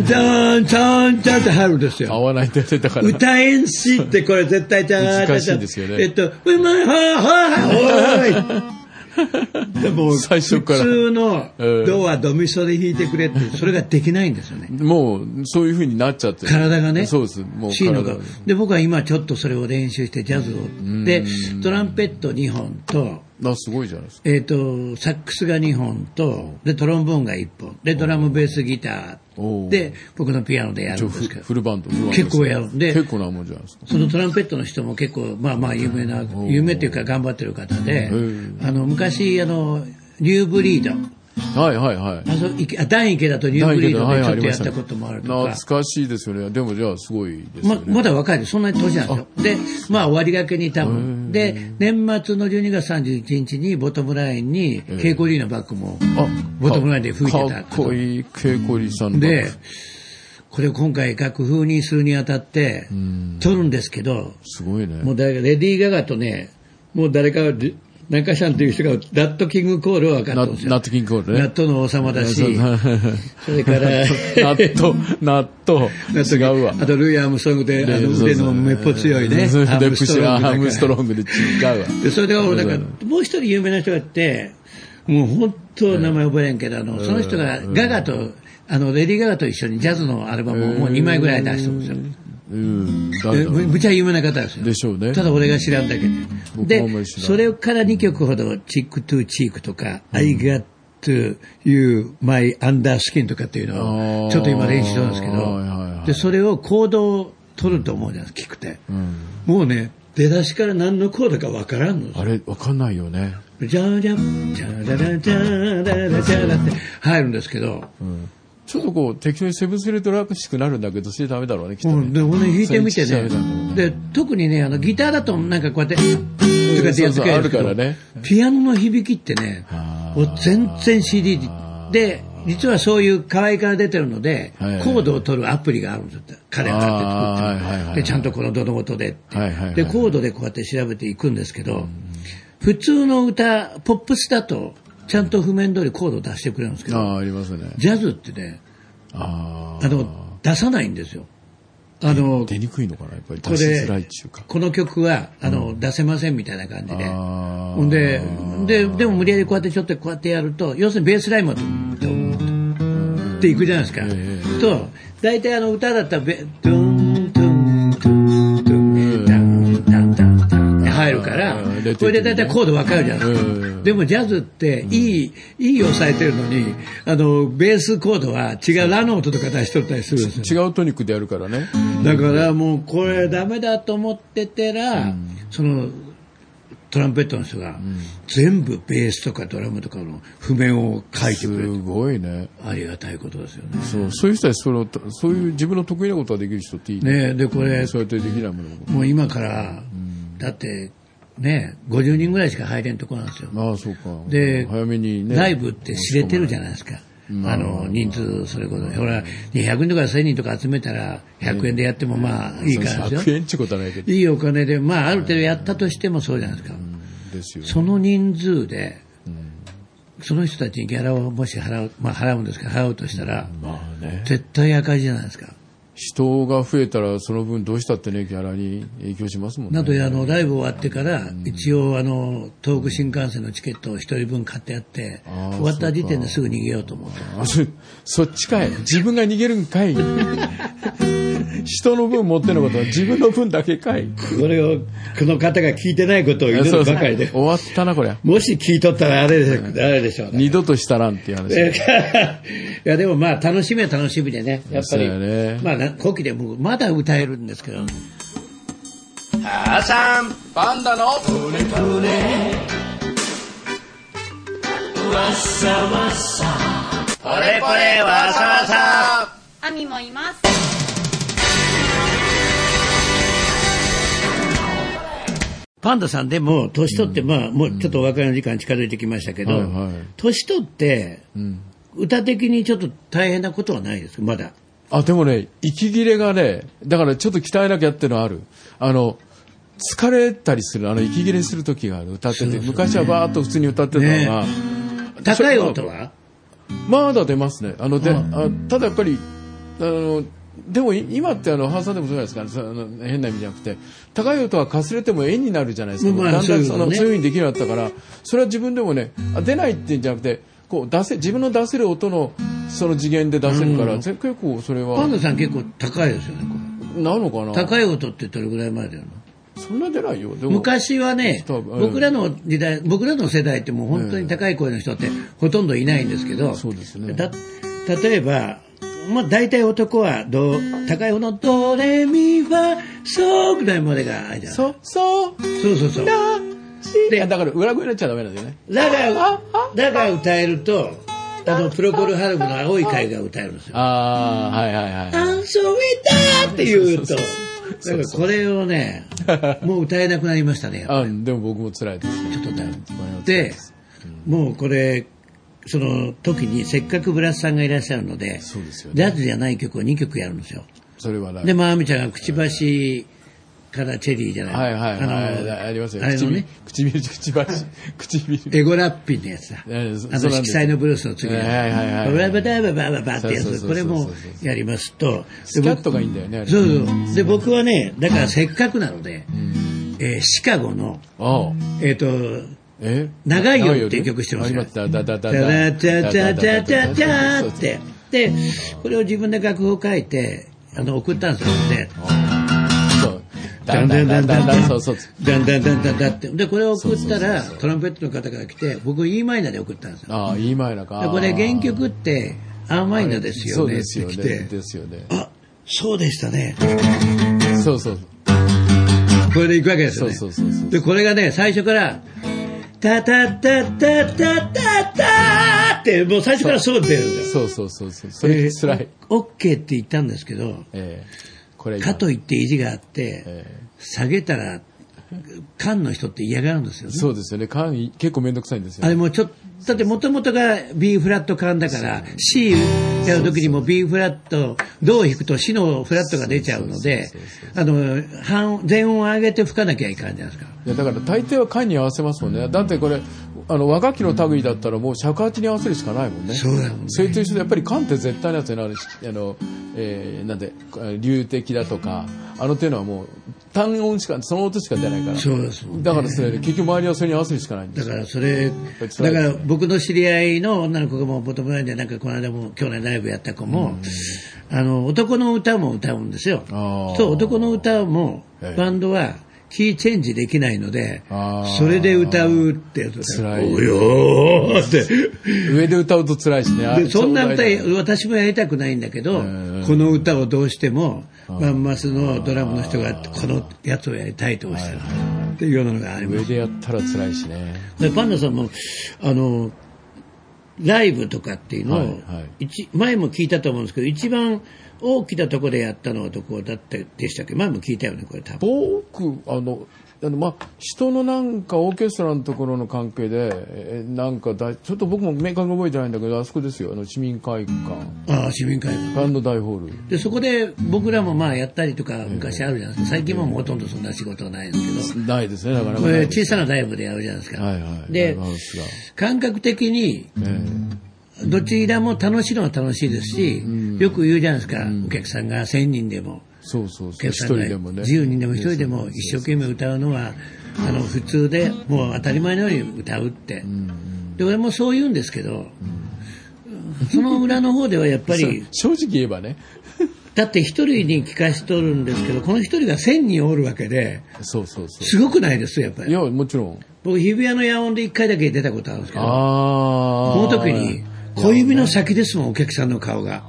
Speaker 3: ーンチャーンチャーンチャーンって入るんで
Speaker 4: 合
Speaker 3: すよ
Speaker 4: わないって言ってたから。
Speaker 3: 歌えんしってこれ絶対チャーンチャ
Speaker 4: 難
Speaker 3: ーンチャ
Speaker 4: し
Speaker 3: ー
Speaker 4: い
Speaker 3: ン
Speaker 4: んですよね
Speaker 3: えっと「うまいはーはーはーおーい」 でも
Speaker 4: 最初から
Speaker 3: 普通の
Speaker 4: うん
Speaker 3: ドはドミソで弾いてくれって、それができないんですよね。
Speaker 4: もう、そういう風になっちゃってる。
Speaker 3: 体がね。
Speaker 4: そうです。もう
Speaker 3: C の
Speaker 4: 体
Speaker 3: が
Speaker 4: が。
Speaker 3: で、僕は今ちょっとそれを練習して、ジャズを。で、トランペット2本と、
Speaker 4: あ、すごいじゃないですか。
Speaker 3: えっ、と、サックスが2本と、で、トロンボーンが1本、で、ドラム、ベース、ギタ
Speaker 4: お
Speaker 3: ー、
Speaker 4: ー
Speaker 3: で、僕のピアノでや
Speaker 4: 一
Speaker 3: る
Speaker 4: 応
Speaker 3: んで
Speaker 4: フ
Speaker 3: すけど
Speaker 4: フ。ルバンド。フルバンド
Speaker 3: 結構やるんで
Speaker 4: 結構なもんじゃないですか。
Speaker 3: そのトランペットの人も結構、まあまあ有名な、有名っていうか頑張ってる方で、あの、昔、あの、リューブリード、
Speaker 4: はいはいはい。
Speaker 3: あそう池あ段池だとリューブリードでちょっとやったこともあるとか、
Speaker 4: 懐かしいですよね。でもじゃあすごいです
Speaker 3: ま
Speaker 4: よね。
Speaker 3: まだ若いです、そんなに年なんですよ。で、まあ終わりがけに多分。で、年末の12月31日にボトムラインに、ケイコリーのバックも、ボトムラインで吹いてた
Speaker 4: かっこいい、稽古里さんの
Speaker 3: で、これを今回楽譜にするにあたって、撮るんですけど、
Speaker 4: すごいね。
Speaker 3: もう誰かレディー・ガガとね、もう誰かが、中シャンという人が、ラット・キング・コールは分かった
Speaker 4: ナ
Speaker 3: んですよ。
Speaker 4: ナットキングコールね。
Speaker 3: ラットの王様だし、そ れから、
Speaker 4: 納豆、納豆。違うわ。
Speaker 3: あと、ルイ・アームストロングで、あの腕のめっぽ強い ね。
Speaker 4: そうそう
Speaker 3: ア
Speaker 4: で、プ
Speaker 3: ームス
Speaker 4: シ
Speaker 3: トロ
Speaker 4: ャ
Speaker 3: ン
Speaker 4: ー、
Speaker 3: グだから
Speaker 4: ハムストロングで違うわ。
Speaker 3: でそれで俺なんかもう一人有名な人がいてもう本当名前覚えれんけど、あのその人がガガとあのレディー・ガガと一緒にジャズのアルバムをもう2枚ぐらい出してるんですよ、
Speaker 4: うん、だ
Speaker 3: でむむちゃ有名な方ですよ
Speaker 4: でしょうね
Speaker 3: ただ俺が知らんだけ
Speaker 4: 僕も
Speaker 3: で
Speaker 4: あんま
Speaker 3: で
Speaker 4: り知らん
Speaker 3: それから2曲ほど「チック・トゥ・チーク」とか「I got to you my under skin」とかっていうの
Speaker 4: あ
Speaker 3: を
Speaker 4: ー
Speaker 3: ちょっと今練習してるんですけど、
Speaker 4: はいはいはい
Speaker 3: でそれをコードを取ると思うじゃないですか聞くて、もうね出だしから何のコードかわからんの
Speaker 4: あれ、わかんないよね。
Speaker 3: じゃんじゃん、じゃららじゃらららじゃらって入るんですけど、
Speaker 4: ちょっとこう、適当にセブンスレートラクしくなるんだけど、それダメだろうね、きっと
Speaker 3: う
Speaker 4: ね。
Speaker 3: ん、で、俺弾いてみて
Speaker 4: それ聞
Speaker 3: ね
Speaker 4: きたいな、
Speaker 3: で、特にね、あの、ギターだとなんかこうやって、とかってやつ
Speaker 4: そうそうあるからね
Speaker 3: ピアノの響きってね、もう全然 CD で、実はそういう可愛いから出てるので、コ
Speaker 4: はいはい
Speaker 3: ードを取るアプリがあるんですよ。彼が買って
Speaker 4: あーはいはい
Speaker 3: 作っ
Speaker 4: は
Speaker 3: て
Speaker 4: い
Speaker 3: で、ちゃんとこの喉元でって
Speaker 4: はいはいはい
Speaker 3: で、コードでこうやって調べていくんですけど、普通の歌、ポップスだと、ちゃんと譜面通りコードを出してくれるんですけ
Speaker 4: あ
Speaker 3: ど、
Speaker 4: あ、ありますね。
Speaker 3: ジャズってね、
Speaker 4: ああ。
Speaker 3: あの、出さないんですよ。あの、
Speaker 4: 出にくいのかな、やっぱり。
Speaker 3: こ
Speaker 4: 出しづらいっ
Speaker 3: れ
Speaker 4: ちゅうか。
Speaker 3: この曲は、あの、出せませんみたいな感じで。
Speaker 4: あ
Speaker 3: ほんで、で、でも無理やりこうやってちょっとこうやってやると、要するにベースラインも、ドンドンっていくじゃないですか。と、大体あの歌だったらベ、ドゥン、ドゥン、ドゥン、ドゥン、ダン、ダン、ダン、ダンって入るから
Speaker 4: うんで、
Speaker 3: これで大体コードわかるじゃないです
Speaker 4: う
Speaker 3: か。でもジャズって、いい、いい押さえてるのに、あの、ベースコードは違うラの音とか出しとったりするんですよ。
Speaker 4: 違うトニックでやるからね。
Speaker 3: だからもうこれダメだと思ってたら、そのトランペットの人が全部ベースとかドラムとかの譜面を書いて
Speaker 4: す
Speaker 3: くれる
Speaker 4: ごいね。
Speaker 3: ありがたいことですよね。
Speaker 4: そう、そういう人たち、その、そういう自分の得意なことができる人っていいね。
Speaker 3: ねえでこれ
Speaker 4: そうやってできないものも。
Speaker 3: もう今から、だってね50人ぐらいしか入れんとこなんですよ。
Speaker 4: ああ、そうか。
Speaker 3: で、
Speaker 4: 早めにね。
Speaker 3: ライブって知れてるじゃないですか。あの、人数、それこそ。ほら、200人とか1000人とか集めたら、100円でやってもまあ、いいからです
Speaker 4: 100
Speaker 3: よ。
Speaker 4: 円っちゅうことはないけど。
Speaker 3: いいお金で、まあ、ある程度やったとしてもそうじゃないですか。
Speaker 4: ですよね。
Speaker 3: その人数で、その人たちにギャラをもし払う、まあ払うんですけど、払うとしたら、
Speaker 4: まあね。
Speaker 3: 絶対赤字じゃないですか。
Speaker 4: 人が増えたら、その分どうしたってね、ギャラに影響しますもんね。
Speaker 3: などであの、ライブ終わってから、一応あの、東北新幹線のチケットを一人分買ってやって、
Speaker 4: あー
Speaker 3: 終わった時点ですぐ逃げようと思って。
Speaker 4: あそそっち かい。自分が逃げるんかい。人の分持ってのことは自分の分だけか い。
Speaker 3: これを、この方が聞いてないことを祈
Speaker 4: そう
Speaker 3: る
Speaker 4: そう
Speaker 3: ばかりで、
Speaker 4: 終わったな、これ。
Speaker 3: もし聞いとったらあれであれでしょうね。
Speaker 4: 二度としたらんっていう話。
Speaker 3: いやでもまあ楽しみは楽しみでね、やっぱ
Speaker 4: そう
Speaker 3: り、
Speaker 4: やね
Speaker 3: まあな古希でもまだ歌えるんですけど、
Speaker 5: 母さんパンダのプレプレ
Speaker 7: アミもいます。
Speaker 3: パンダさんでも、年取って、まあ、もうちょっとお別れの時間近づいてきましたけど、
Speaker 4: はいはい
Speaker 3: 年取って、歌的にちょっと大変なことはないですか、まだ。
Speaker 4: あ、でもね、息切れがね、だからちょっと鍛えなきゃってのはある。あの、疲れたりする、あの、息切れする時がある、歌ってて。昔はバーっと普通に歌ってたのが、
Speaker 3: 高い音は
Speaker 4: まだ出ますね。あの、で、あただやっぱり、あの、でもい今ってあの、ハンさんでもそうじゃないですか、そあの変な意味じゃなくて、高い音はかすれても絵になるじゃないですか。
Speaker 3: まあ
Speaker 4: だん
Speaker 3: そ
Speaker 4: だ
Speaker 3: うい
Speaker 4: ん
Speaker 3: う
Speaker 4: そ
Speaker 3: の
Speaker 4: の
Speaker 3: ね
Speaker 4: そういうふうにできるようになったから、それは自分でもね、あ出ないってんじゃなくて、こう出せ、自分の出せる音の、その次元で出せるから、ぜ結構それ
Speaker 3: パ
Speaker 4: は
Speaker 3: ン、ダさん結構高いですよね、こ
Speaker 4: なのかな
Speaker 3: れ。高い音ってどれぐらいまでなの
Speaker 4: そんな出ないよ。でも
Speaker 3: 昔はね、
Speaker 4: 多分
Speaker 3: 僕らの時代、僕らの世代ってもう本当に高い声の人ってほとんどいないんですけど、
Speaker 4: そうですね
Speaker 3: た例えば、まあ、大体男はどう高い方のドレミファソぐらいまでがあれじゃん。そう
Speaker 4: そ、そう、
Speaker 3: そうそう。
Speaker 4: だ、し、
Speaker 3: で
Speaker 4: だから裏声になっちゃダメなんだよね。
Speaker 3: ラが、ラが歌えると、あの、プロコルハルムの青い海が歌えるんですよ。
Speaker 4: ああ、はいはいはい。
Speaker 3: アンソウィターって言うと、だからこれを ね、もう歌えなくなりましたね。
Speaker 4: あでも僕も辛いですね。
Speaker 3: ちょっとだめ
Speaker 4: うん
Speaker 3: で、もうこれ、その時にせっかくブラスさんがいらっしゃるので、
Speaker 4: そうですよね
Speaker 3: ジャズじゃない曲を2曲やるんですよ。
Speaker 4: それはない。
Speaker 3: で、まあ、亜美ちゃんがくちばしからチェリーじゃ
Speaker 4: は
Speaker 3: ないい
Speaker 4: はいはい。
Speaker 3: の
Speaker 4: ありますよ。
Speaker 3: あれのね、
Speaker 4: 唇、唇、口ばし、唇。
Speaker 3: エゴラッピンのやつだ。あ
Speaker 4: ええそ
Speaker 3: の
Speaker 4: そうなんです
Speaker 3: 色彩のブルースの次の
Speaker 4: ええはいはいはいはい
Speaker 3: ババダババババってや
Speaker 4: そうそうそうそ
Speaker 3: つ。
Speaker 4: う
Speaker 3: これもやりますと。
Speaker 4: スキャットがいいんだよね、あ
Speaker 3: で
Speaker 4: れ。
Speaker 3: 僕そうそう。で、僕はね、だからせっかくなので、えーシカゴの、
Speaker 4: ああ。
Speaker 3: えっと、
Speaker 4: え
Speaker 3: 長いよっていう曲してますよ
Speaker 4: ありた。だだ
Speaker 3: チ
Speaker 4: だだ
Speaker 3: ャチャチャチャチャチ
Speaker 4: そ
Speaker 3: ャ
Speaker 4: う
Speaker 3: っ
Speaker 4: そう
Speaker 3: て。で、これを自分で楽譜を書いて、あの、送ったんですよ。で、
Speaker 4: そう。だんだんだんだんだん。そうそう。
Speaker 3: だんだんだんだんだんって。で、これを送ったら、トランペットの方から来て、僕 E マイナーで送ったんですよ。
Speaker 4: ああ、いい前だか
Speaker 3: で。これ原曲って、アーマイナーです
Speaker 4: そ
Speaker 3: よ
Speaker 4: う
Speaker 3: ねっ
Speaker 4: です
Speaker 3: て
Speaker 4: よ
Speaker 3: 来
Speaker 4: ね。
Speaker 3: て
Speaker 4: で、すよね。
Speaker 3: あ、そうでしたね。
Speaker 4: そうそう。
Speaker 3: これで行くわけですよね。
Speaker 4: そうそうそうそう
Speaker 3: で、これがね、最初から、タタタタタタタって、もう最初からそう出るんだよ。
Speaker 4: そうそうそうそう。それ辛い。
Speaker 3: オッケーって言ったんですけど、
Speaker 4: ええ。これ今
Speaker 3: かといって意地があって、
Speaker 4: え
Speaker 3: 下げたら、缶の人って嫌がるんですよね。
Speaker 4: そうですよね。簡易結構めんどくさいんですよ
Speaker 3: あ。れもうちょっと、だってもともとが B フラット缶だから、C やるときにも B フラット、ドを弾くと C のフラットが出ちゃうので
Speaker 4: そうそうそう、
Speaker 3: あの、半全音上げて吹かなきゃいかんじゃないですか。
Speaker 4: いやだから大抵は缶に合わせますもんね。だってこれ、あの和楽器の類だったらもう尺八に合わせるしかないもんね。
Speaker 3: そうだもんね
Speaker 4: それと一緒でやっぱり缶って絶対のやつになるし、あの、えー、なんで、流的だとか、あの手のはもう単音しか、その音しか出ないから。
Speaker 3: そうですもんね
Speaker 4: だからそれ、結局周りはそれに合わせるしかないんで
Speaker 3: だ
Speaker 4: す
Speaker 3: か
Speaker 4: よ。
Speaker 3: らそれ、
Speaker 4: ぱり
Speaker 3: だ
Speaker 4: 辛いですね
Speaker 3: から僕の知り合いの女の子がもうボトムラインで、なんかこの間も、去年ライブやった子も、あの、男の歌も歌うんですよ
Speaker 4: あー。
Speaker 3: そう、男の歌も
Speaker 4: ええ、
Speaker 3: バンドは、キーチェンジできないので
Speaker 4: あー、
Speaker 3: それで歌うってやつで
Speaker 4: 辛い
Speaker 3: およーって。
Speaker 4: 上で歌うと辛いしね。あ
Speaker 3: で、そんな歌
Speaker 4: ちょうどいい、
Speaker 3: 私もやりたくないんだけど、こ
Speaker 4: ええ
Speaker 3: の歌をどうしても、バンマスのドラムの人が、このやつをやりたいとおっしゃる。っていうようなのがあります
Speaker 4: 上。でやったら辛いしね。
Speaker 3: でパンダさんもあのライブとかっていうのを、
Speaker 4: はいはい
Speaker 3: 一前も聞いたと思うんですけど一番大きなとこでやったのはどこだったでしたっけ前も聞いたよねこれ多分
Speaker 4: 僕あのあのまあ人のなんかオーケストラのところの関係でえなんかだいちょっと僕も明確に覚えてないんだけどあそこですよあの市民会館
Speaker 3: ああ市民会館
Speaker 4: ランド大ホール
Speaker 3: でそこで僕らもまあやったりとか昔あるじゃないですか最近ももうほとんどそんな仕事はないですけど
Speaker 4: ないですねだから
Speaker 3: これ小さなライブでやるじゃないですか、
Speaker 4: はいはいライ
Speaker 3: で
Speaker 4: ブハウスが
Speaker 3: 感覚的に
Speaker 4: え
Speaker 3: どちらも楽しいのは楽しいですし、よく言うじゃないですか、お客さんが1000人でも。
Speaker 4: そうそうそう
Speaker 3: 計
Speaker 4: 一
Speaker 3: 算
Speaker 4: 人
Speaker 3: が
Speaker 4: でもね
Speaker 3: 10人でも1人でも一生懸命歌うのはあの普通でもう当たり前のように歌うって、で俺もそう言うんですけど、その裏の方ではやっ ぱり
Speaker 4: 正直言えばね
Speaker 3: だって1人に聞かしとるんですけどこの1人が1000人おるわけで
Speaker 4: そうそうそ
Speaker 3: すごくないですやっぱ
Speaker 4: うい
Speaker 3: り
Speaker 4: やもちろん
Speaker 3: 僕日比谷の野音で1回だけ出たことあるんですけ
Speaker 4: あ
Speaker 3: ど
Speaker 4: あ
Speaker 3: この時に小指の先ですもんお客さんの顔が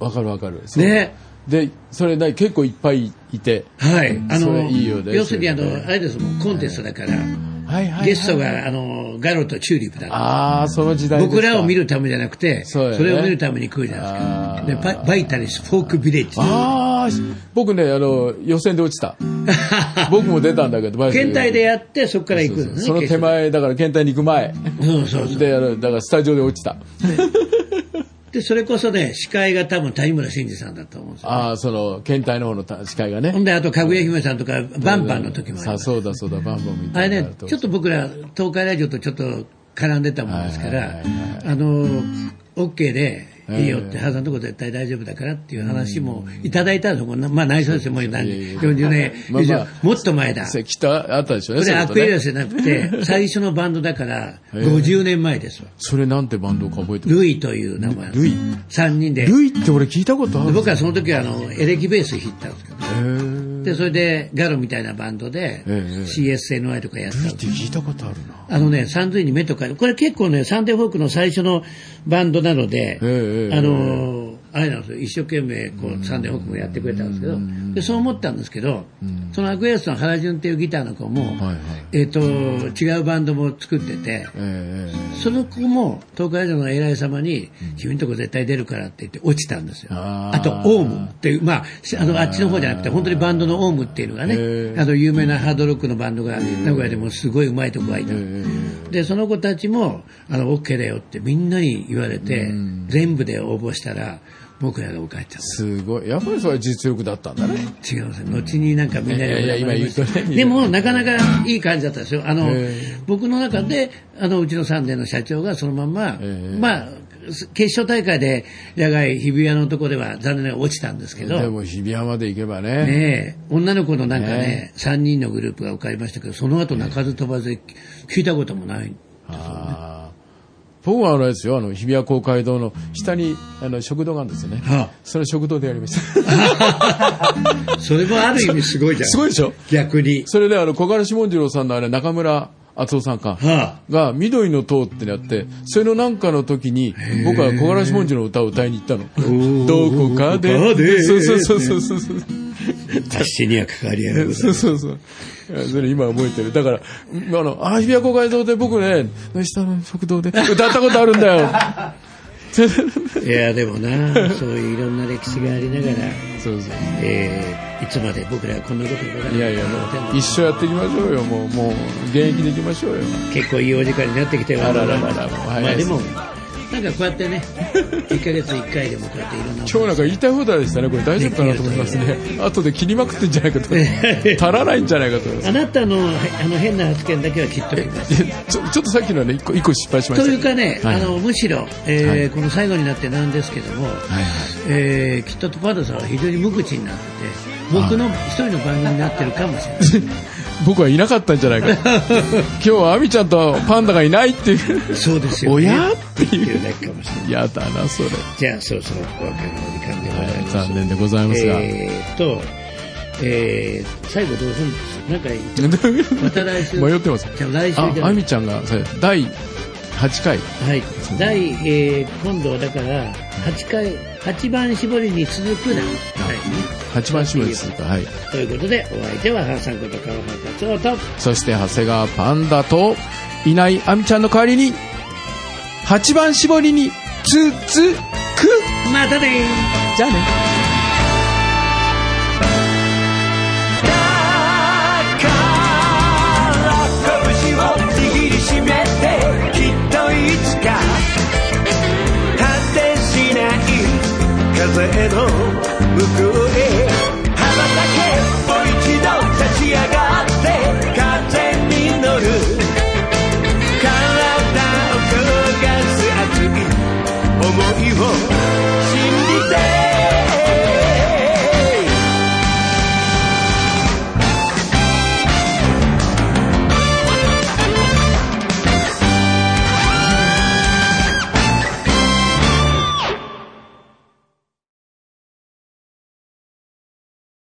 Speaker 4: わかるわかるそう
Speaker 3: ね
Speaker 4: でそれね結構いっぱいいて
Speaker 3: はいあ
Speaker 4: そ
Speaker 3: の
Speaker 4: れいいよね
Speaker 3: 要するにあ
Speaker 4: それ
Speaker 3: の
Speaker 4: ね
Speaker 3: あれですもんコンテストだから、
Speaker 4: はいはい。
Speaker 3: ゲストが、あの、ガロとチューリップだった。
Speaker 4: ああ、その時代ですか
Speaker 3: 僕らを見るためじゃなくて、
Speaker 4: そう
Speaker 3: そ
Speaker 4: よね
Speaker 3: れを見るために来るじゃないですか。で、ババイタリス、フォークビレッジ。
Speaker 4: ああ、僕ね、あの、予選で落ちた。僕も出たんだけど、バイト
Speaker 3: 県体でやって、そこから行くのね。
Speaker 4: その手前、だから県体に行く前。
Speaker 3: そうそうそう。
Speaker 4: で、あのだからスタジオで落ちた。
Speaker 3: で、それこそね、司会が多分谷村新司さんだと思うんですよ。
Speaker 4: ああ、その、県体の方のた司会が
Speaker 3: ほ
Speaker 4: ね。
Speaker 3: んで、あと、かぐや姫さんとか、バンバンの時もあり
Speaker 4: さ
Speaker 3: ま
Speaker 4: あ、
Speaker 3: す。
Speaker 4: そうだそうだ、バンバンみ
Speaker 3: あ
Speaker 4: た
Speaker 3: れ
Speaker 4: いな。
Speaker 3: ね、ちょっと僕ら、東海ラジオとちょっと絡んでたもんですか
Speaker 4: はい
Speaker 3: ら
Speaker 4: はいはい、
Speaker 3: あの、OK で、
Speaker 4: ええ
Speaker 3: いいよって、原さんのとこ絶対大丈夫だからっていう話もいただいたのも、まあ内緒ですよ、もう何
Speaker 4: いやいやいや
Speaker 3: 40年
Speaker 4: まあ
Speaker 3: 以上
Speaker 4: まあ、
Speaker 3: もっと前だ。
Speaker 4: せきっとあったでしょうね、
Speaker 3: これア
Speaker 4: そう
Speaker 3: クエ
Speaker 4: い
Speaker 3: リ
Speaker 4: う
Speaker 3: ア
Speaker 4: ことね
Speaker 3: スじゃなく て、最初のバンドだから、50年前ですわ。
Speaker 4: それなんてバンドか覚えてる
Speaker 3: ルイという名前。
Speaker 4: ルイ
Speaker 3: 3人で。
Speaker 4: ルイって俺聞いたことあ
Speaker 3: で
Speaker 4: る
Speaker 3: 僕はその時はあのエレキベース弾いたんですけど、
Speaker 4: へー
Speaker 3: でそれでガロみたいなバンドで
Speaker 4: ええ
Speaker 3: CSNY とかやったん
Speaker 4: ルイ
Speaker 3: で
Speaker 4: って
Speaker 3: す
Speaker 4: 聞いたことあるな。
Speaker 3: あのね、サンドゥイに目とか、これ結構ね、サンデーフォークの最初のバンドなので、
Speaker 4: ええ
Speaker 3: あのーあれなんですよ、一生懸命こうサンデーフォークもやってくれたんですけど、でそう思ったんですけど、そのアクエリアスの原潤っていうギターの子も、
Speaker 4: はいはい
Speaker 3: えっと違うバンドも作ってて、
Speaker 4: ええ
Speaker 3: その子も東海道の偉い様に、君んとこ絶対出るからって言って落ちたんですよ。
Speaker 4: あ
Speaker 3: あ
Speaker 4: ー
Speaker 3: と、オウムっていう、まあ、しあの、あっちの方じゃなくて、本当にバンドのオウムっていうのが
Speaker 4: へ
Speaker 3: ね、
Speaker 4: ー
Speaker 3: あの、有名なハードロックのバンドが、名古屋でもすごい上手いとこがいた。
Speaker 4: ええ
Speaker 3: で、その子たちも、あの、OK だよってみんなに言われて、全部で応募したら、僕らが受かっちゃっ
Speaker 4: すごい。やっぱりそれは実力だったんだね。
Speaker 3: た。違うんですよ。後になんかみんな
Speaker 4: い
Speaker 3: に
Speaker 4: やいや今言うとね
Speaker 3: でも、なかなかいい感じだったんですよ。あの
Speaker 4: へー、
Speaker 3: 僕の中で、あの、うちのサンデーの社長がそのまんま、
Speaker 4: ー
Speaker 3: まあ、決勝大会で、野外日比谷のとこでは残念ながら落ちたんですけど、
Speaker 4: でも日比谷まで行けばね。
Speaker 3: ねえ、女の子のなんかね、3人のグループが受かりましたけど、その後泣かず飛ばず、聞いたこともない。
Speaker 4: ああ僕はあれですよ、あの、日比谷公会堂の下に、あの、食堂があるんですよね。
Speaker 3: は
Speaker 4: それ食堂でやりました。
Speaker 3: あ、それもある意味すごいじゃん。
Speaker 4: すごいでしょ
Speaker 3: 逆に。
Speaker 4: それで、あの、小柄志文次郎さんのあれ、中村敦夫さんか。
Speaker 3: は
Speaker 4: が、緑の塔ってなって、それのなんかの時に、僕は小柄志文次郎の歌を歌いに行ったの。どこかで。
Speaker 3: どこかで
Speaker 4: そうそうそうそうそうそう。
Speaker 3: 達成には関わり合い
Speaker 4: そうそうそう。それ今覚えてる。だから、あの、あ、日比谷公会堂で僕ね、下の食堂で歌ったことあるんだ よ。
Speaker 3: いや、でもな、そういういろんな歴史がありながら、
Speaker 4: そうそう。
Speaker 3: えーいつまで僕らはこんなこと言わなくて
Speaker 4: いやいや、もう一生やっていきましょうよ。もう、もう、現役でいきましょうよ。
Speaker 3: 結構いいお時間になってきてる
Speaker 4: あらららら
Speaker 3: ま
Speaker 4: 早
Speaker 3: あ
Speaker 4: いで
Speaker 3: ですもなんかこうや ってね1ヶ月1回でもこうやっていろんな
Speaker 4: 今日なんか言いたい放題でしたね。これ大丈夫かなと思いますね。後で切りまくってんじゃないかと。足らないんじゃないかと思います。
Speaker 3: あなたのあの変な発言だけは切っときます
Speaker 4: いや ちょちょっとさっきのね、一個一個失敗しま
Speaker 3: と
Speaker 4: した。
Speaker 3: いうかね、
Speaker 4: はい
Speaker 3: あのむしろ、えーこの最後になってなんですけども、えーきっとトパードさんは非常に無口になってて僕の一人の番組になってるかも しれない
Speaker 4: 僕はいなかったんじゃないか。 今日はアミちゃんとパンダがいないっていう。
Speaker 3: そうですよ、ね、
Speaker 4: おやって
Speaker 3: ってい
Speaker 4: いう
Speaker 3: う。だけかもしれない
Speaker 4: やだな、それ。
Speaker 3: じゃあそろそろお別れのお時間でございます、
Speaker 4: 残念でございますが。
Speaker 3: えーっと、えー、最後どうするんですなんか言ってまた来週。
Speaker 4: 迷ってます。
Speaker 3: じゃあ来週じゃ
Speaker 4: あ、
Speaker 3: な
Speaker 4: あ
Speaker 3: い
Speaker 4: みちゃんが、そう第8回。
Speaker 3: はい。第、えー、今度はだから、8回、八番絞りに続くな。はい。
Speaker 4: 8番絞りするか。はい。
Speaker 3: ということで、お相手は、ハーさんこと川原達夫と、
Speaker 4: そして、長谷川パンダと、いないあみちゃんの代わりに、8番絞りに、つ、つ、く
Speaker 3: またねー
Speaker 4: じゃあね。
Speaker 8: 「